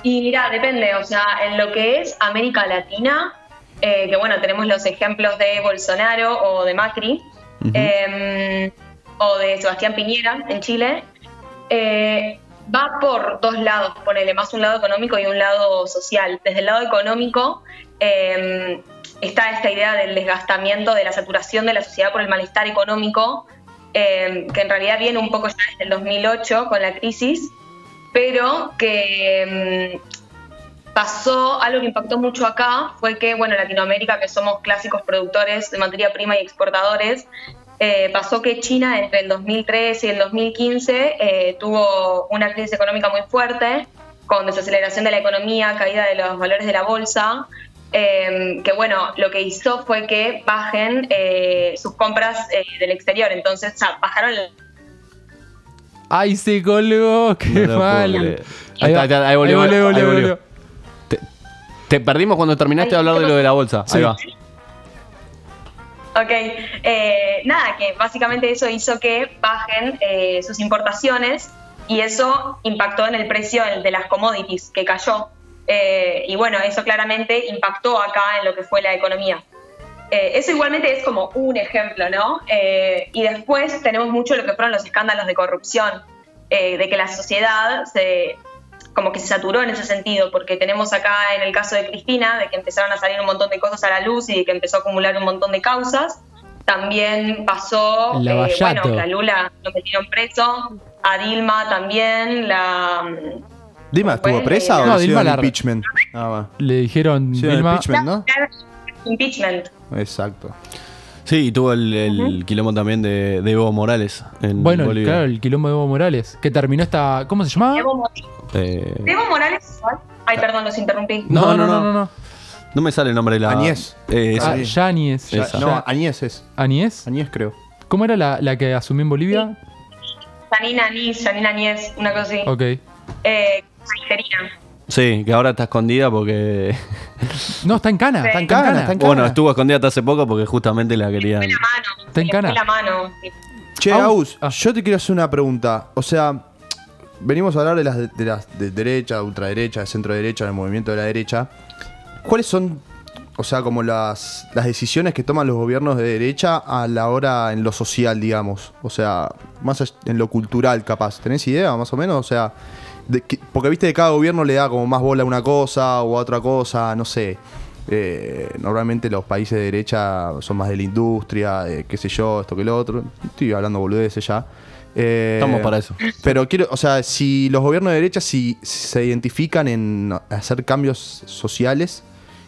S12: Y mira, depende, o sea, en lo que es América Latina, eh, que bueno, tenemos los ejemplos de Bolsonaro o de Macri,
S7: Ujú.
S12: eh, o de Sebastián Piñera en Chile, eh, va por dos lados, ponele más un lado económico y un lado social. Desde el lado económico eh, está esta idea del desgastamiento, de la saturación de la sociedad por el malestar económico, eh, que en realidad viene un poco ya desde el 2008 con la crisis, pero que mm, pasó algo que impactó mucho acá, fue que, bueno, en Latinoamérica, que somos clásicos productores de materia prima y exportadores, eh, pasó que China entre el 2013 y el 2015 eh, tuvo una crisis económica muy fuerte, con desaceleración de la economía, caída de los valores de la bolsa, eh, que bueno, lo que hizo fue que bajen eh, sus compras eh, del exterior, entonces o sea, bajaron la-
S8: ¡Ay, se colgó! ¡Qué
S10: No lo
S8: mal!
S10: puedo creer. Ahí, está, ahí está, ahí volvió.
S8: volvió,
S10: ahí
S8: volvió,
S10: volvió.
S8: volvió.
S10: Te, te perdimos cuando terminaste de hablar de lo de la bolsa.
S8: Sí.
S10: Ahí va.
S12: Ok, eh, nada, que básicamente eso hizo que bajen eh, sus importaciones y eso impactó en el precio del- de las commodities, que cayó. Eh, y bueno, eso claramente impactó acá en lo que fue la economía. Eh, eso igualmente es como un ejemplo, ¿no? Eh, y después tenemos mucho lo que fueron los escándalos de corrupción, eh, de que la sociedad se, como que se saturó en ese sentido, porque tenemos acá en el caso de Cristina, de que empezaron a salir un montón de cosas a la luz y de que empezó a acumular un montón de causas. También pasó,
S8: El Lavallato.
S12: Oh, eh, bueno, la Lula lo metieron preso, a Dilma también, la,
S9: Dilma estuvo
S12: Bueno,
S9: presa o
S8: No,
S9: no,
S8: Dilma la-
S9: impeachment. Ah, Nada más.
S8: Le dijeron
S9: Hicieron
S8: Vilma-
S9: impeachment, ¿no?
S12: impeachment.
S9: Exacto.
S10: Sí, y tuvo el, el quilombo también de, de Evo Morales en
S8: Bueno, el-
S10: Bolivia.
S8: claro, el quilombo de Evo Morales, que terminó esta... ¿Cómo se llamaba?
S12: Evo, Mo-
S10: Eh,
S12: Evo Morales. Ay, perdón, los interrumpí.
S10: no, no, no,
S8: no, no.
S10: No me sale el nombre de la.
S9: Añez.
S10: Eh, esa.
S8: Ah, Yáñez.
S10: Ya-
S8: Esa.
S9: No, Añez es.
S8: ¿Añez?
S9: Añez creo.
S8: ¿Cómo era la, la que asumió en Bolivia?
S12: Janina Anís, Janina Añez, una cosa así.
S8: Ok.
S12: Eh, Sangerina.
S10: Sí, que ahora está escondida porque. <laughs>
S8: No, está en cana.
S12: Sí.
S8: Está en cana. Está en cana.
S10: Bueno, estuvo escondida hasta hace poco porque justamente la querían.
S8: Está en
S12: Le fue
S8: cana.
S12: la mano. sí.
S9: Che, Agus, yo te quiero hacer una pregunta. O sea, venimos a hablar de las de, las de derecha, de ultraderecha, de centro derecha, del movimiento de la derecha. ¿Cuáles son, o sea, como las, las decisiones que toman los gobiernos de derecha a la hora en lo social, digamos? O sea, más all- en lo cultural, capaz. ¿Tenés idea, más o menos? O sea, de que- porque viste que cada gobierno le da como más bola a una cosa o a otra cosa, no sé. Eh, normalmente los países de derecha son más de la industria, de qué sé yo, esto que lo otro. Estoy hablando boludeces ya. Eh,
S10: Estamos para eso.
S9: Pero quiero, o sea, si los gobiernos de derecha si, si se identifican en hacer cambios sociales,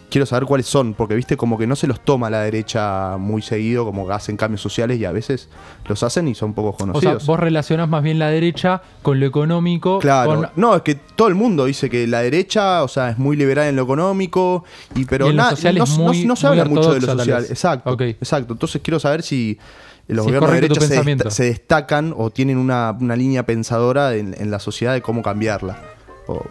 S9: quiero saber cuáles son, porque viste como que no se los toma la derecha muy seguido, como que hacen cambios sociales y a veces los hacen y son pocos
S8: O sea,
S9: conocidos.
S8: vos relacionás más bien la derecha con lo económico.
S9: Claro,
S8: con-
S9: no, es que todo el mundo dice que la derecha, o sea, es muy liberal en lo económico, y pero
S8: Y en lo
S9: na-
S8: social
S9: no,
S8: es
S9: no-
S8: muy-
S9: no se
S8: muy
S9: habla mucho de
S8: ortodoxa,
S9: lo
S8: tal
S9: social.
S8: vez.
S9: Exacto, exacto. Entonces quiero saber si eh, los
S8: Si es
S9: gobiernos de
S8: correcto tu
S9: derecha se,
S8: pensamiento.
S9: dest- se destacan o tienen una, una línea pensadora en, en la sociedad de cómo cambiarla. O-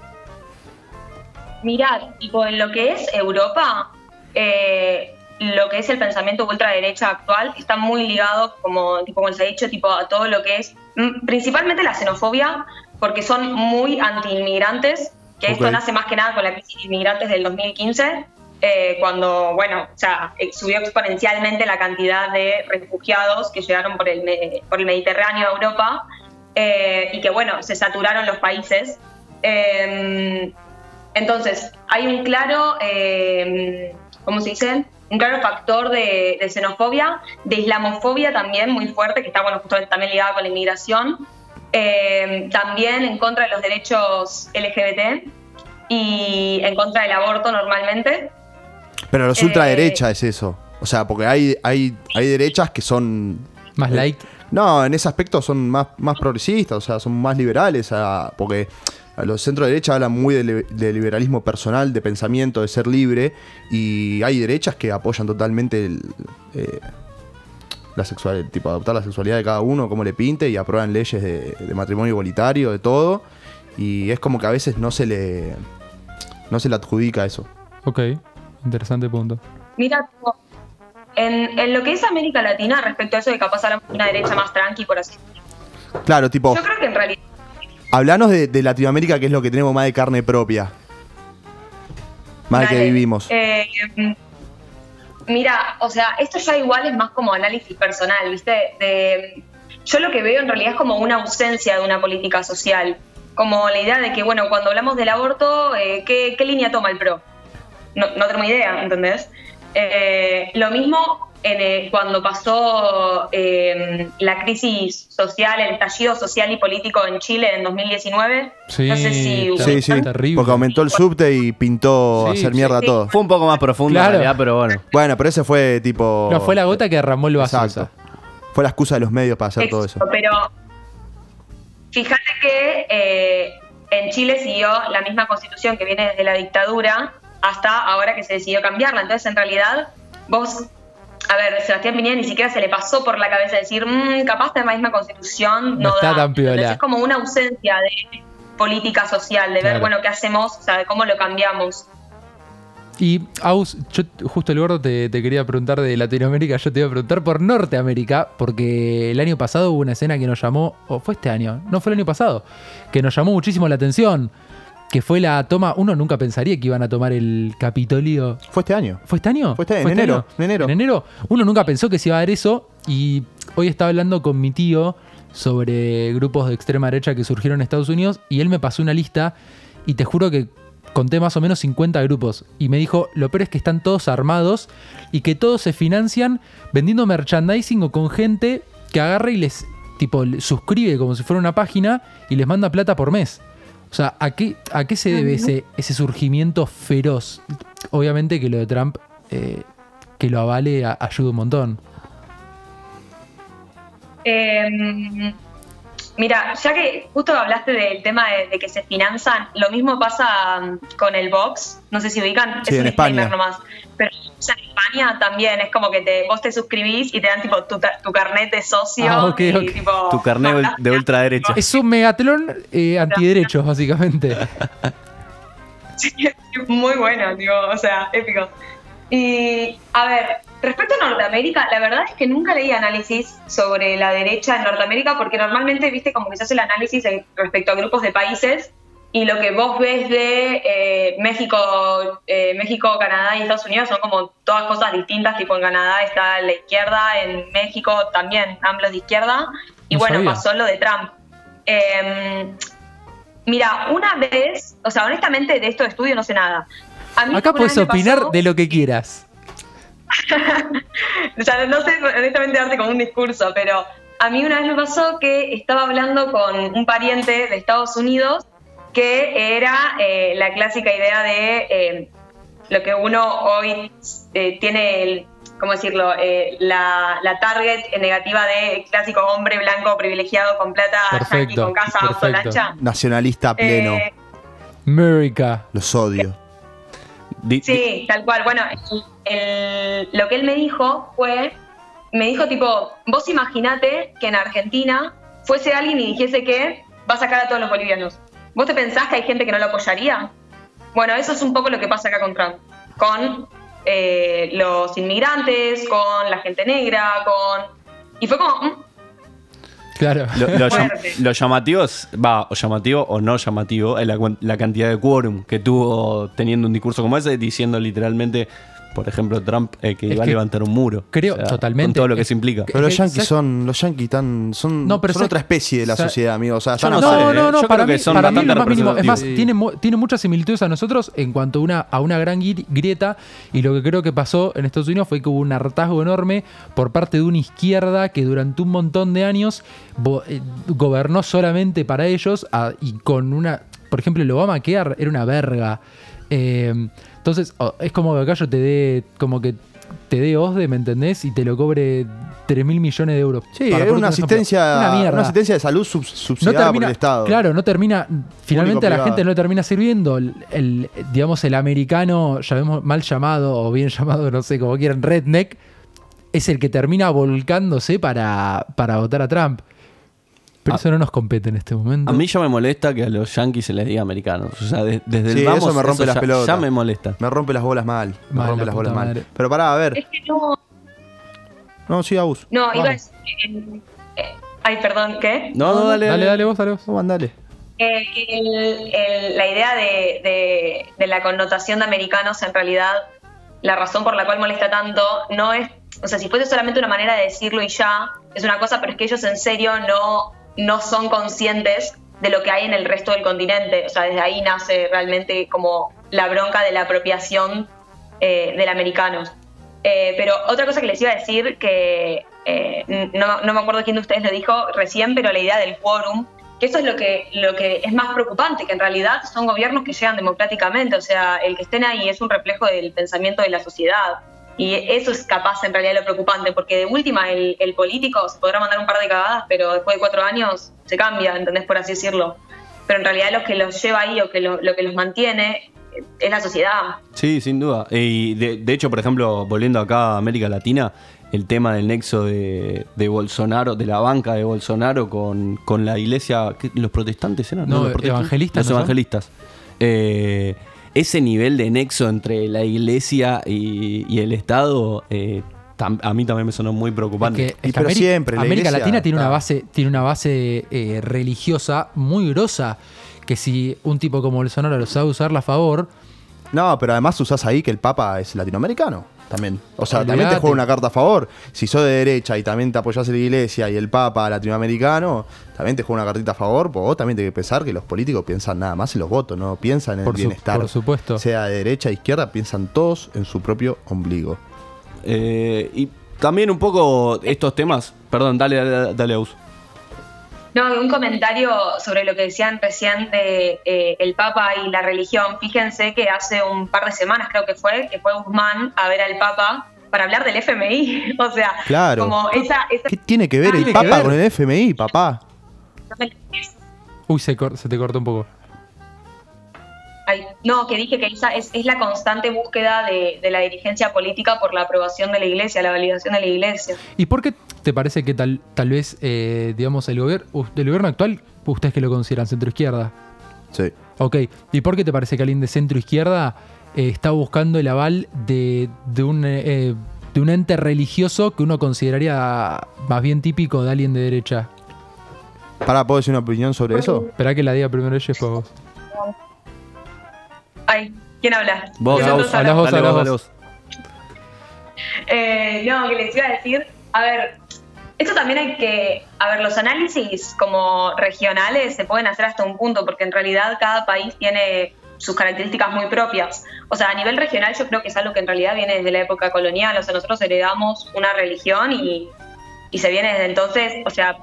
S12: Mirá, tipo, en lo que es Europa, eh, lo que es el pensamiento ultraderecha actual está muy ligado, como, tipo, como se ha dicho, tipo, a todo lo que es, mm, principalmente la xenofobia, porque son muy anti-inmigrantes, que esto
S7: Ok.
S12: nace más que nada con la crisis de inmigrantes del 2015, eh, cuando, bueno, o sea, eh, subió exponencialmente la cantidad de refugiados que llegaron por el, me- por el Mediterráneo a Europa, eh, y que, bueno, se saturaron los países. Em, entonces, hay un claro, eh, ¿cómo se dice? Un claro factor de, de xenofobia, de islamofobia también muy fuerte, que está bueno, justamente también ligada con la inmigración. Eh, también en contra de los derechos LGBT y en contra del aborto normalmente.
S9: pero los
S12: Eh,
S9: ultraderecha es eso. O sea, porque hay, hay, hay derechas que son.
S8: Más light.
S9: No, en ese aspecto son más, más progresistas, o sea, son más liberales, a- porque a los centro derecha hablan muy de, li- de liberalismo personal, de pensamiento, de ser libre, y hay derechas que apoyan totalmente el, eh, la sexual, tipo adoptar la sexualidad de cada uno, como le pinte, y aprueban leyes de, de matrimonio igualitario, de todo, y es como que a veces no se le, no se le adjudica eso.
S8: Ok, interesante punto.
S12: Mira, tipo, en, en lo que es América Latina, respecto a eso de capaz hablamos de una derecha más tranqui, por así decirlo,
S9: Claro, tipo,
S12: yo creo que en realidad
S9: hablanos de, de Latinoamérica, que es lo que tenemos más de carne propia. Mal que
S12: Dale.
S9: vivimos.
S12: Eh, mira, o sea, esto ya igual es más como análisis personal, ¿viste? De- yo lo que veo en realidad es como una ausencia de una política social. Como la idea de que, bueno, cuando hablamos del aborto, eh, ¿qué, qué línea toma el PRO? No, no tengo ni idea, ¿entendés? Eh, lo mismo en, eh, cuando pasó eh, la crisis social, el estallido social y político en Chile en 2019.
S9: Sí,
S12: no sé si
S9: sí, Porque aumentó el subte y pintó
S12: Sí,
S9: hacer
S12: sí,
S9: mierda
S12: sí.
S9: todo.
S10: Fue un poco más profundo
S12: en Claro.
S10: realidad, pero bueno.
S9: Bueno, pero ese fue tipo.
S8: No, fue la gota que derramó el vaso.
S9: Exacto. Fue la excusa de los medios para hacer todo eso.
S12: Exacto, Pero fíjate que eh, en Chile siguió la misma constitución que viene desde la dictadura hasta ahora que se decidió cambiarla. Entonces, en realidad, vos, a ver, Sebastián Piñera ni siquiera se le pasó por la cabeza decir, "Mm, capaz de la misma constitución
S8: No,
S12: no,
S8: está
S12: da".
S8: tan
S12: Entonces,
S8: piola.
S12: es como una ausencia de política social, de
S8: Claro.
S12: ver, bueno, qué hacemos, o sea, de cómo lo cambiamos.
S8: Y, Aus, yo t- justo el gordo te, te quería preguntar de Latinoamérica, yo te iba a preguntar por Norteamérica, porque el año pasado hubo una escena que nos llamó, o fue este año, no fue el año pasado, que nos llamó muchísimo la atención, que fue la toma, uno nunca pensaría que iban a tomar el Capitolio.
S9: Fue este año.
S8: ¿Fue este año? Fue
S9: este- en enero,
S8: En enero. En enero. Uno nunca pensó que se iba a dar eso, y hoy estaba hablando con mi tío sobre grupos de extrema derecha que surgieron en Estados Unidos, y él me pasó una lista, y te juro que conté más o menos 50 grupos y me dijo, lo peor es que están todos armados y que todos se financian vendiendo merchandising o con gente que agarra y les tipo le- suscribe como si fuera una página y les manda plata por mes. O sea, ¿a qué, a qué se debe ese, ese surgimiento feroz? Obviamente que lo de Trump, eh, que lo avale, a- ayuda un montón.
S12: Eh, mira, ya que justo hablaste del tema de, de que se financian, lo mismo pasa mm, con el box. No sé si ubican, es
S9: Sí,
S12: un
S9: en España.
S12: disclaimer nomás. Pero o sea, en España también es como que te, vos te suscribís y te dan tipo tu, ta- tu carnet de socio.
S8: Ah, ok,
S12: y,
S8: ok.
S12: tipo,
S10: Tu carné de ultraderecha.
S8: Es un megatlón eh, antiderechos, básicamente.
S12: Muy bueno, digo, o sea, épico. Y a ver, respecto a Norteamérica, la verdad es que nunca leí análisis sobre la derecha en Norteamérica porque normalmente, viste, como que se hace el análisis en- respecto a grupos de países y lo que vos ves de eh, México, eh, México, Canadá y Estados Unidos son como todas cosas distintas, tipo en Canadá está la izquierda, en México también AMLO es de izquierda y
S7: No
S12: bueno,
S7: sabía.
S12: pasó lo de Trump. Em, Mira, una vez, o sea, honestamente de esto de estudio no sé nada. A mí
S8: Acá
S12: una vez
S8: puedes
S12: me
S8: opinar
S12: pasó-
S8: de lo que quieras.
S12: <laughs> o sea, no sé honestamente darte como un discurso, pero a mí una vez me pasó que estaba hablando con un pariente de Estados Unidos que era eh, la clásica idea de eh, lo que uno hoy eh, tiene, el, ¿cómo decirlo?, Eh, la, la target negativa de clásico hombre blanco privilegiado con plata, yankee,
S8: Perfecto,
S12: con casa, auto,
S8: perfecto.
S12: lancha.
S9: Nacionalista pleno.
S12: Eh,
S8: America.
S9: Los odio.
S8: Eh,
S12: Sí, tal cual. Bueno, el- el- lo que él me dijo fue, me dijo tipo, vos imaginate que en Argentina fuese alguien y dijese que va a sacar a todos los bolivianos. ¿Vos te pensás que hay gente que no lo apoyaría? Bueno, eso es un poco lo que pasa acá con Trump, con eh, los inmigrantes, con la gente negra, con... Y fue como, mm,
S8: Claro.
S10: Lo, lo llam-
S12: Fuerte.
S10: lo llamativo es, va, o llamativo o no llamativo, es la, cuan- la cantidad de quórum que tuvo teniendo un discurso como ese, diciendo literalmente, por ejemplo, Trump eh, que
S8: Es
S10: iba a
S8: que
S10: levantar un muro.
S8: creo-
S10: totalmente. Con todo lo que se implica.
S9: Pero los yanquis son, los yanquis tan, son,
S8: eh, No, pero
S9: son
S8: ¿sabes-
S9: otra especie de la
S8: sa-
S9: sociedad, amigo. O sea, están
S10: no
S9: aparte.
S10: sé, ¿eh?
S8: No, no,
S10: Yo creo
S8: para
S10: que
S8: mí,
S10: son
S8: para mí
S10: bastante
S8: lo más mínimo. Es más,
S10: representativos.
S8: tiene, mu- tiene muchas similitudes a nosotros en cuanto a una, a una gran gri- grieta. Y lo que creo que pasó en Estados Unidos fue que hubo un hartazgo enorme por parte de una izquierda que durante un montón de años bo- eh, gobernó solamente para ellos a- y con una. Por ejemplo, el Obama Care era una verga. Eh, entonces, oh, es como que acá yo te dé. Como que te dé OSDE, ¿me entendés? Y te lo cobre 3 mil millones de euros.
S9: Sí,
S8: Para
S9: era
S8: ponerte eh, un
S9: una
S8: ejemplo.
S9: asistencia,
S8: Una
S9: una,
S8: mierda
S9: asistencia de salud sub- subsidiada por el Estado.
S8: Claro, no termina. Finalmente a la
S9: privado.
S8: gente no le termina sirviendo. El, el, digamos, el americano, llamemos- mal llamado o bien llamado, no sé, como quieran, redneck, es el que termina volcándose para, para votar a Trump. Pero eso no nos compete en este momento.
S10: A mí ya me molesta que a los yankees se les diga americanos. O sea, de- desde
S9: Sí,
S10: el vamos,
S9: eso me rompe
S10: eso
S9: las
S10: ya-
S9: pelotas.
S10: Ya me molesta.
S9: Me rompe las bolas mal. Me
S10: Mal,
S9: rompe
S10: la puta
S9: las bolas mal.
S10: madre.
S9: Pero pará, a ver.
S12: es que no,
S9: No, sí, Agus.
S12: no, iba a
S9: Vamos.
S12: decir, eh, eh, ay, perdón, ¿qué?
S10: No, no, dale,
S8: Dale, dale vos, dale vos.
S9: Vos mandale.
S12: Eh, que el- el- la idea de, de- de la connotación de americanos, en realidad, la razón por la cual molesta tanto, no es, o sea, si fuese solamente una manera de decirlo y ya, es una cosa, pero es que ellos en serio no, no son conscientes de lo que hay en el resto del continente. O sea, desde ahí nace realmente como la bronca de la apropiación eh, del americano. Eh, pero otra cosa que les iba a decir, que eh, n- no, no me acuerdo quién de ustedes lo dijo recién, pero la idea del quórum, que eso es lo que, lo que es más preocupante, que en realidad son gobiernos que llegan democráticamente, o sea, el que estén ahí es un reflejo del pensamiento de la sociedad. Y eso es capaz en realidad lo preocupante, porque de última el, el político se podrá mandar un par de cagadas, pero después de cuatro años se cambia, ¿entendés? Por así decirlo. Pero en realidad lo que los lleva ahí o que lo, lo que los mantiene eh, es la sociedad.
S10: Sí, sin duda. Y de, de hecho, por ejemplo, volviendo acá a América Latina, el tema del nexo de, de Bolsonaro, de la banca de Bolsonaro con, con la iglesia, ¿qué? los protestantes eran,
S8: No,
S10: los protestantes?
S8: evangelistas,
S10: Los
S8: ¿no son?
S10: evangelistas. Eh, ese nivel de nexo entre la iglesia y, y el Estado, eh, tam- a mí también me sonó muy preocupante.
S8: Es que Ameri- América Latina tiene una base, tiene una base eh, religiosa muy grosa. Que si un tipo como Bolsonaro lo sabe usar a favor.
S9: No, pero además usás ahí que el Papa es latinoamericano. También. O sea, también te
S8: Olvidate.
S9: juega una carta a favor. Si sos de derecha y también te apoyás en la iglesia y el Papa latinoamericano, también te juega una cartita a favor. Porque vos también tenés que pensar que los políticos piensan nada más en los votos, no piensan en
S8: Por
S9: el
S8: su-
S9: bienestar.
S8: por supuesto.
S9: Sea de derecha, izquierda, piensan todos en su propio ombligo.
S10: Eh, y también un poco estos temas. Perdón, dale, dale, dale Aus.
S12: No, un comentario sobre lo que decían recién de eh, el Papa y la religión. Fíjense que hace un par de semanas creo que fue, que fue Guzmán a ver al Papa para hablar del FMI. <laughs> O sea,
S9: Claro.
S12: como esa, esa
S9: ¿Qué tiene que ver
S12: Tiene
S9: el
S12: que
S9: Papa
S12: ver.
S9: con el FMI, papá?
S8: Uy, se, cor- se te cortó un poco.
S12: Ay, no, que dije que esa es, es la constante búsqueda de, de la dirigencia política por la aprobación de la iglesia, la validación de la iglesia.
S8: ¿Y por qué te parece que tal, tal vez, eh, digamos, el, gobier- u- el gobierno actual, ustedes que lo consideran centro izquierda?
S9: Sí.
S8: Ok, ¿y por qué te parece que alguien de centro izquierda eh, está buscando el aval de, de un, eh, de un ente religioso que uno consideraría más bien típico de alguien de derecha?
S9: Pará, ¿puedo decir una opinión sobre eso?
S8: Esperá que la diga primero ella y después vos.
S12: Ay, ¿quién habla?
S8: Vos,
S12: ¿Quién
S8: vos,
S12: habla?
S8: hablás vos,
S10: Dale
S8: hablás
S10: vos,
S8: vos.
S10: dale vos.
S12: Eh, no, que les iba a decir, a ver, esto también hay que, a ver, los análisis como regionales se pueden hacer hasta un punto, porque en realidad cada país tiene sus características muy propias. O sea, a nivel regional yo creo que es algo que en realidad viene desde la época colonial, o sea, nosotros heredamos una religión y, y se viene desde entonces, o sea,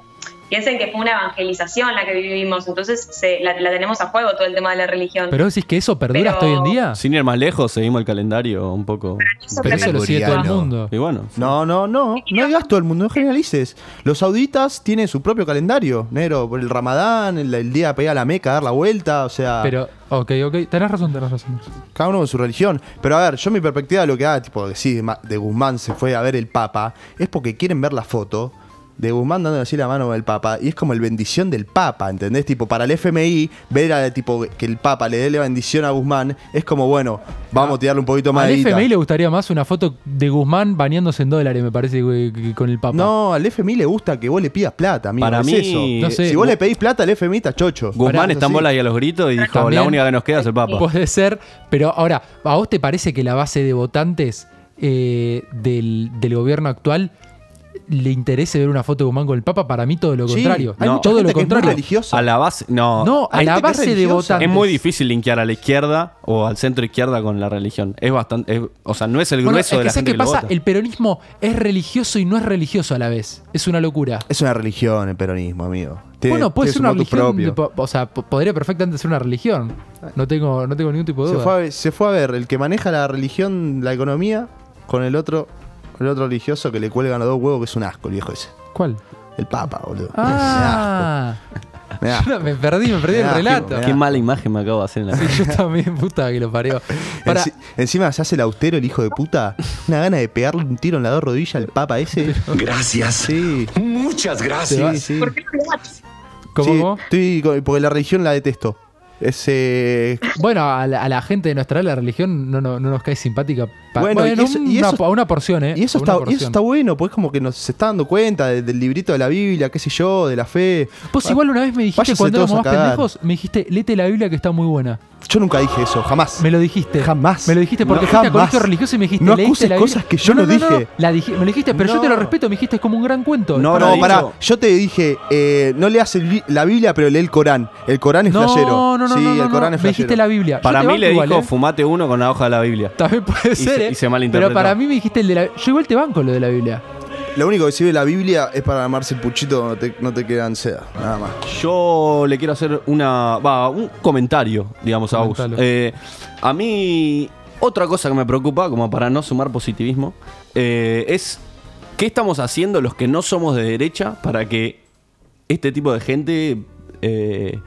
S12: piensen que fue una evangelización la que vivimos, entonces se- la, la tenemos a juego todo el tema de la religión.
S8: Pero vos decís que eso perdura hasta hoy en día.
S10: Sin ir más lejos, seguimos el calendario un poco.
S8: Pero eso lo sigue todo el mundo.
S10: Y bueno.
S9: No, no, no. No digas todo el mundo, no generalices. Los sauditas tienen su propio calendario, negro. Por el ramadán, el, el día pegar a la meca, dar la vuelta, o sea.
S8: Pero, ok, ok, tenés razón, tenés razón.
S9: Cada uno con su religión. Pero a ver, yo mi perspectiva de lo que haga, tipo, que sí, ma- de Guzmán se fue a ver el Papa, es porque quieren ver la foto de Guzmán dándole así la mano del Papa. Y es como el bendición del Papa, ¿entendés? Tipo, para el FMI, ver a, tipo, que el Papa le dé la bendición a Guzmán, es como, bueno, vamos a tirarle un poquito más
S8: Ah, Al
S9: de guita.
S8: FMI le gustaría más una foto de Guzmán bañándose en dólares, me parece, que- que- con el Papa.
S9: No, al FMI le gusta que vos le pidas plata, amigo.
S10: Para
S9: es
S10: mí-
S9: eso.
S10: No sé.
S9: si vos
S10: Gu-
S9: le pedís plata, al FMI está chocho.
S10: Guzmán
S9: Pará,
S10: está en
S9: así.
S10: bola y a los gritos y dijo:
S8: También-
S10: La única que nos queda es el Papa.
S8: Puede ser, pero ahora, ¿a vos te parece que la base de votantes eh, del, del gobierno actual le interese ver una foto de Guzmán con el Papa? Para mí todo lo
S9: Sí,
S8: contrario.
S9: hay mucha
S8: todo
S9: gente
S8: lo
S9: que es muy
S8: contrario.
S9: religiosa.
S10: A la base. No,
S8: No, a
S10: Hay
S8: la
S10: gente que es
S8: base de
S10: religiosa.
S8: votantes.
S10: Es muy difícil linkear a la izquierda o al centro izquierda con la religión. Es bastante. es- o sea, no es el
S8: Bueno, es
S10: grueso de
S8: que
S10: la
S8: ¿sabes
S10: gente
S8: qué
S10: que lo
S8: pasa?
S10: vota.
S8: El peronismo es religioso y no es religioso a la vez. Es una locura.
S9: Es una religión el peronismo, amigo. Tiene-
S8: bueno,
S9: tiene
S8: puede ser
S9: su
S8: una
S9: motu
S8: religión.
S9: propio.
S8: de po- o sea, po- podría perfectamente ser una religión. No tengo, no tengo ningún tipo de
S9: Se
S8: duda.
S9: fue, a ver, se fue a ver el que maneja la religión, la economía, con el otro, el otro religioso que le cuelgan los dos huevos, que es un asco, el viejo ese. <laughs>
S8: ¿Cuál?
S9: El Papa, boludo.
S8: Ah,
S9: Me da asco, me da asco.
S8: me perdí, me perdí
S9: Me
S8: el
S9: da
S8: relato.
S9: asco, me
S10: Qué
S9: da
S10: mala imagen me acabo de hacer en la
S8: Yo <laughs> también, puta que lo
S9: <laughs>
S8: parió. Para,
S9: Enci- encima se hace el austero, el hijo de puta. Una gana de pegarle un tiro en la dos rodillas al Papa ese.
S1: Gracias.
S9: Sí.
S1: Muchas
S9: Sí,
S1: gracias.
S9: sí.
S12: ¿Por qué no lo haces?
S8: ¿Cómo,
S9: Sí,
S8: cómo?
S9: estoy con- porque la religión la detesto. eh, Ese.
S8: Bueno, a la, a la gente de nuestra edad, la religión no, no- no nos cae simpática. pa-
S9: Bueno, y eso-
S8: un-
S9: y
S8: una,
S9: eso-
S8: a una porción, ¿eh?
S9: Y eso,
S8: A una
S9: está, y
S8: porción.
S9: eso está bueno, pues como que nos se está dando cuenta de- del librito de la Biblia, qué sé yo, de la fe.
S8: Vos Pues igual una vez me dijiste,
S9: Váyanse
S8: cuando
S9: todos
S8: éramos
S9: a
S8: más
S9: cagar.
S8: pendejos, me dijiste, léete la Biblia que está muy buena.
S9: Yo nunca dije eso, jamás.
S8: Me lo dijiste.
S9: Jamás.
S8: Me lo dijiste porque
S9: No,
S8: fuiste a
S9: jamás.
S8: colegio religioso y me dijiste,
S9: No
S8: "Leíste
S9: acuses
S8: la Biblia".
S9: cosas que yo no dije.
S8: La dije- me lo dijiste, pero yo te lo
S9: No.
S8: respeto, me dijiste, es como un gran cuento.
S9: No,
S8: Para-
S9: no, pará. Yo te dije, eh, no leas el bi- la Biblia, pero lee el Corán. El Corán es
S8: No,
S9: flashero.
S8: no, no,
S9: Sí,
S8: no, no,
S9: el Corán
S8: no.
S9: es
S8: Me
S9: flashero.
S8: dijiste la Biblia. Yo
S10: Para
S8: te
S10: mí
S8: banco
S10: le
S8: igual,
S10: dijo,
S8: ¿eh?
S10: fumate uno con la hoja de la Biblia.
S8: También puede
S10: Y
S8: ser,
S10: se-
S8: ¿eh?
S10: y se malinterpretó.
S8: Pero para mí me dijiste el de la. Yo igual te banco lo de la Biblia.
S9: Lo único que sirve la Biblia es para amarse el puchito, no te, no te quedan seda, nada más.
S10: Yo le quiero hacer una, va, un comentario, digamos, a vos. Eh,
S9: Comentalo.
S10: a mí, otra cosa que me preocupa, como para no sumar positivismo, eh, es qué estamos haciendo los que no somos de derecha para que este tipo de gente eh,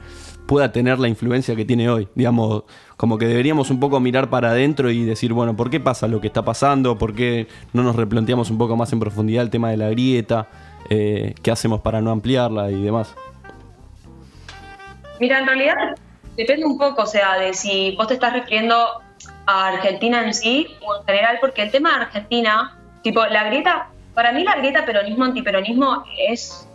S10: pueda tener la influencia que tiene hoy. Digamos, como que deberíamos un poco mirar para adentro y decir, bueno, ¿por qué pasa lo que está pasando? ¿Por qué no nos replanteamos un poco más en profundidad el tema de la grieta? Eh, ¿Qué hacemos para no ampliarla y demás?
S12: Mira, en realidad depende un poco, o sea, de si vos te estás refiriendo a Argentina en sí o en general, porque el tema de Argentina, tipo, la grieta, para mí la grieta peronismo-antiperonismo es,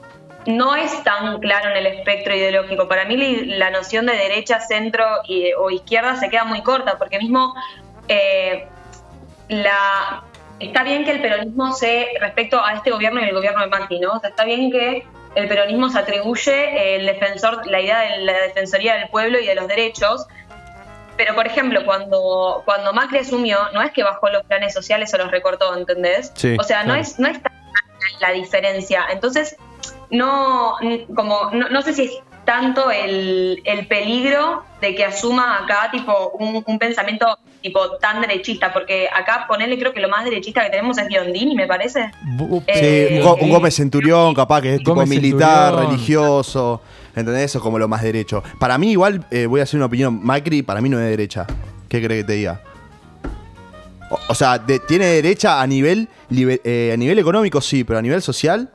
S12: no es tan claro en el espectro ideológico. Para mí li- la noción de derecha, centro y, o izquierda se queda muy corta, porque mismo eh, la... Está bien que el peronismo se, respecto a este gobierno y el gobierno de Macri, ¿no? O sea, está bien que el peronismo se atribuye el defensor, la idea de la defensoría del pueblo y de los derechos. Pero, por ejemplo, cuando, cuando Macri asumió, no es que bajó los planes sociales o los recortó, ¿entendés?
S13: Sí,
S12: o sea, no
S13: claro.
S12: es, no es tan grande la diferencia. Entonces, no, n- como, no, no sé si es tanto el, el peligro de que asuma acá tipo un, un pensamiento tipo tan derechista, porque acá ponerle creo que lo más derechista que tenemos es Biondini, me parece.
S9: Sí, un, Go- un Gómez Centurión, capaz que es tipo
S8: Eh, Gómez
S9: militar,
S8: Centurión.
S9: religioso. ¿Entendés? Eso es como lo más derecho. Para mí, igual, eh, voy a hacer una opinión. Macri, para mí no es de derecha. ¿Qué crees que te diga? O, o sea, de- tiene derecha a nivel, liber- eh, a nivel económico, sí, pero a nivel social,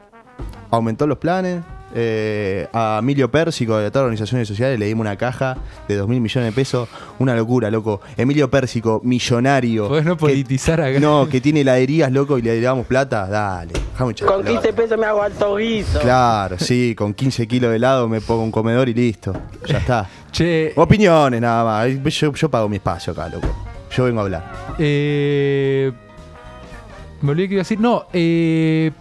S9: aumentó los planes. eh, a Emilio Pérsico de todas las organizaciones sociales le dimos una caja de 2 mil millones de pesos. Una locura, loco. Emilio Pérsico, millonario.
S8: Podés no politizar acá.
S9: No, que tiene heladerías, loco, y le damos plata. Dale, déjame echar
S14: Con
S9: la
S14: 15 pesos me hago alto guiso.
S9: Claro, sí, con 15 kilos de helado me pongo un comedor y listo. Ya está.
S8: Che.
S9: Opiniones nada más. Yo, yo pago mi espacio acá, loco. Yo vengo a hablar.
S8: Eh, me olvidé que iba a decir. No, eh,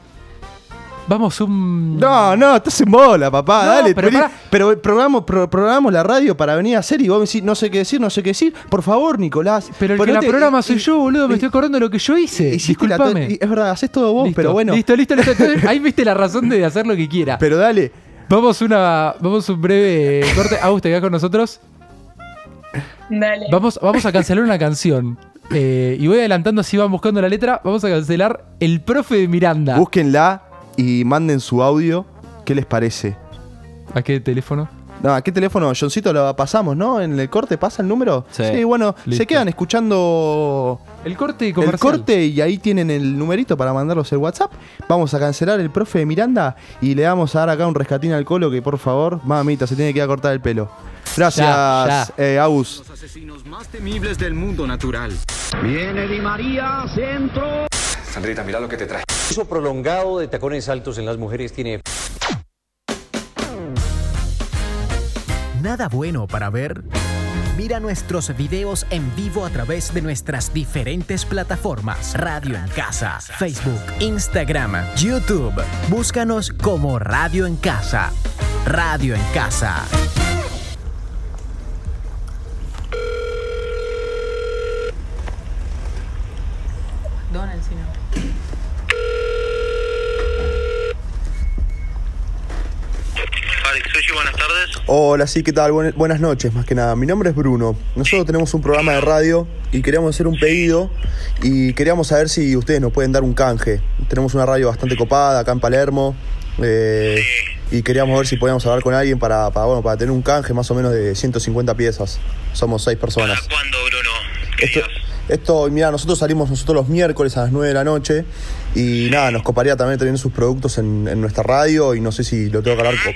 S8: vamos un.
S9: No, no, estás en bola, papá.
S8: No,
S9: dale,
S8: pero
S9: vení.
S8: pará.
S9: pero programamos, pro- programamos la radio para venir a hacer y vos me decís, no sé qué decir, no sé qué decir. Por favor, Nicolás.
S8: Pero el que la programa soy yo, boludo. Me estoy acordando de lo que yo hice.
S9: Hiciste la to-
S8: Disculpame.
S9: eh, y- es verdad, haces todo vos,
S8: Listo,
S9: pero bueno.
S8: Listo, listo, listo. Entonces, ahí viste la razón de hacer lo que quiera.
S9: Pero dale.
S8: Vamos una. Vamos un breve corte. Agus, te quedás con nosotros.
S12: Dale.
S8: Vamos, vamos a cancelar una canción. Eh, y voy adelantando así van buscando la letra. Vamos a cancelar El profe de Miranda.
S9: Búsquenla y manden su audio. ¿Qué les parece?
S8: ¿A qué teléfono?
S9: No, ¿a qué teléfono? Johncito lo pasamos, ¿no? En el corte pasa el número.
S8: Sí.
S9: bueno,
S8: Listo.
S9: se quedan escuchando
S8: el corte
S9: El
S8: comercial.
S9: corte y ahí tienen el numerito para mandarlos el WhatsApp. Vamos a cancelar el profe de Miranda y le vamos a dar acá un rescatín al colo que por favor, mamita, se tiene que ir a cortar el pelo. Gracias,
S15: Ya,
S9: eh, Agus.
S15: temibles del mundo natural.
S16: Viene Di María, centro.
S15: Sandrita, mira lo que te traje.
S16: Uso prolongado de tacones altos en las mujeres tiene.
S17: ¿Nada bueno para ver? Mira nuestros videos en vivo a través de nuestras diferentes plataformas. Radio en Casa, Facebook, Instagram, YouTube. Búscanos como Radio en Casa. Radio en Casa.
S13: Donald, si no.
S9: Hola, sí, ¿qué tal? Buen- buenas noches, más que nada. Mi nombre es Bruno. Nosotros tenemos un programa de radio y queríamos hacer un pedido y queríamos saber si ustedes nos pueden dar un canje. Tenemos una radio bastante copada acá en Palermo eh, y queríamos ver si podíamos hablar con alguien para, para, bueno, para tener un canje más o menos de 150 piezas. Somos seis personas.
S18: ¿Cuándo, Bruno?
S9: Esto, esto mira, nosotros salimos nosotros los miércoles a las 9 de la noche y nada, nos coparía también tener sus productos en, en nuestra radio y no sé si lo tengo que hablar con...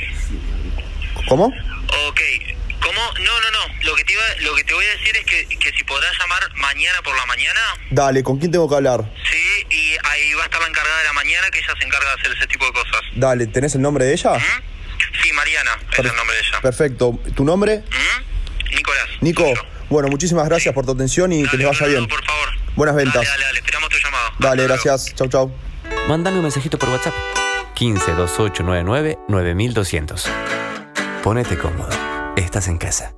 S9: ¿Cómo?
S18: ¿Cómo? No, no, no. lo que te, iba- lo que te voy a decir es que, que si podrás llamar mañana por la mañana,
S9: Dale, ¿con quién tengo que hablar?
S18: sí, y ahí va a estar la encargada de la mañana que ella se encarga de hacer ese tipo de cosas.
S9: Dale, ¿tenés el nombre de ella?
S18: ¿Mm? Sí, Mariana, es el nombre de ella. ¿Mm?
S9: Perfecto. ¿Tu nombre?
S18: Nicolás.
S9: Nico, bueno, muchísimas gracias por tu atención y que les vaya bien. Por
S18: favor.
S9: Buenas ventas. Dale,
S18: esperamos tu llamada.
S9: Dale, gracias. Chau, chau.
S11: Mándame un mensajito por WhatsApp. 15 2899 9200. Ponete cómodo. Estás en casa.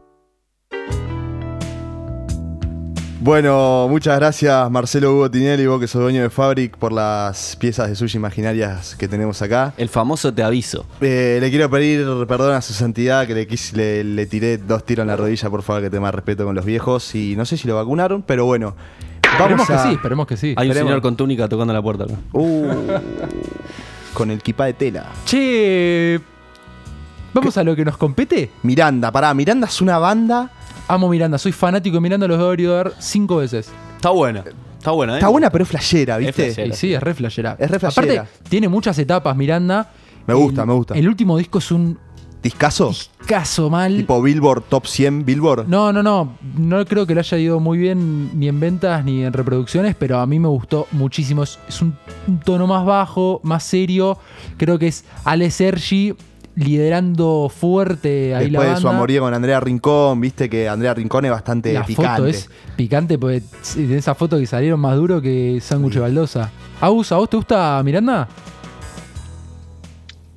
S9: Bueno, muchas gracias Marcelo Hugo Tinelli, vos que sos dueño de Fabric, por las piezas de sushi imaginarias que tenemos acá. Eh,
S10: El famoso te aviso.
S9: le quiero pedir perdón a su santidad, que le, quis- le- le tiré dos tiros en la rodilla, por favor, que tenga más respeto con los viejos. Y no sé si lo vacunaron, pero bueno.
S8: Esperemos
S9: Vamos
S8: que
S9: a...
S8: sí, esperemos que sí.
S10: Hay un
S9: Esperemos.
S10: señor con túnica tocando la puerta acá.
S9: Uh, con el kipá de tela.
S8: Che, vamos a lo que nos compete.
S9: Miranda, pará, Miranda es una banda.
S8: Amo Miranda, soy fanático de Miranda, los voy a ver cinco veces.
S10: Está buena, está buena, ¿eh?
S9: Está buena, pero es flashera, ¿viste?
S8: Y sí, es re flashera.
S9: Es re flashera.
S8: Aparte, tiene muchas etapas Miranda.
S9: Me gusta, me gusta.
S8: El último disco es un
S9: ¿Discaso?
S8: caso mal.
S9: Tipo Billboard, Top 100 Billboard.
S8: No, no, no. No creo que le haya ido muy bien ni en ventas ni en reproducciones, pero a mí me gustó muchísimo. Es, es un, un tono más bajo, más serio. Creo que es Ale Sergi liderando fuerte ahí
S9: Después
S8: la
S9: de su
S8: banda.
S9: amorío con Andrea Rincón, viste que Andrea Rincón es bastante
S8: la
S9: picante.
S8: foto es picante porque es de esa foto que salieron más duro que sándwich de baldosa. Agus, ¿a vos te gusta Miranda?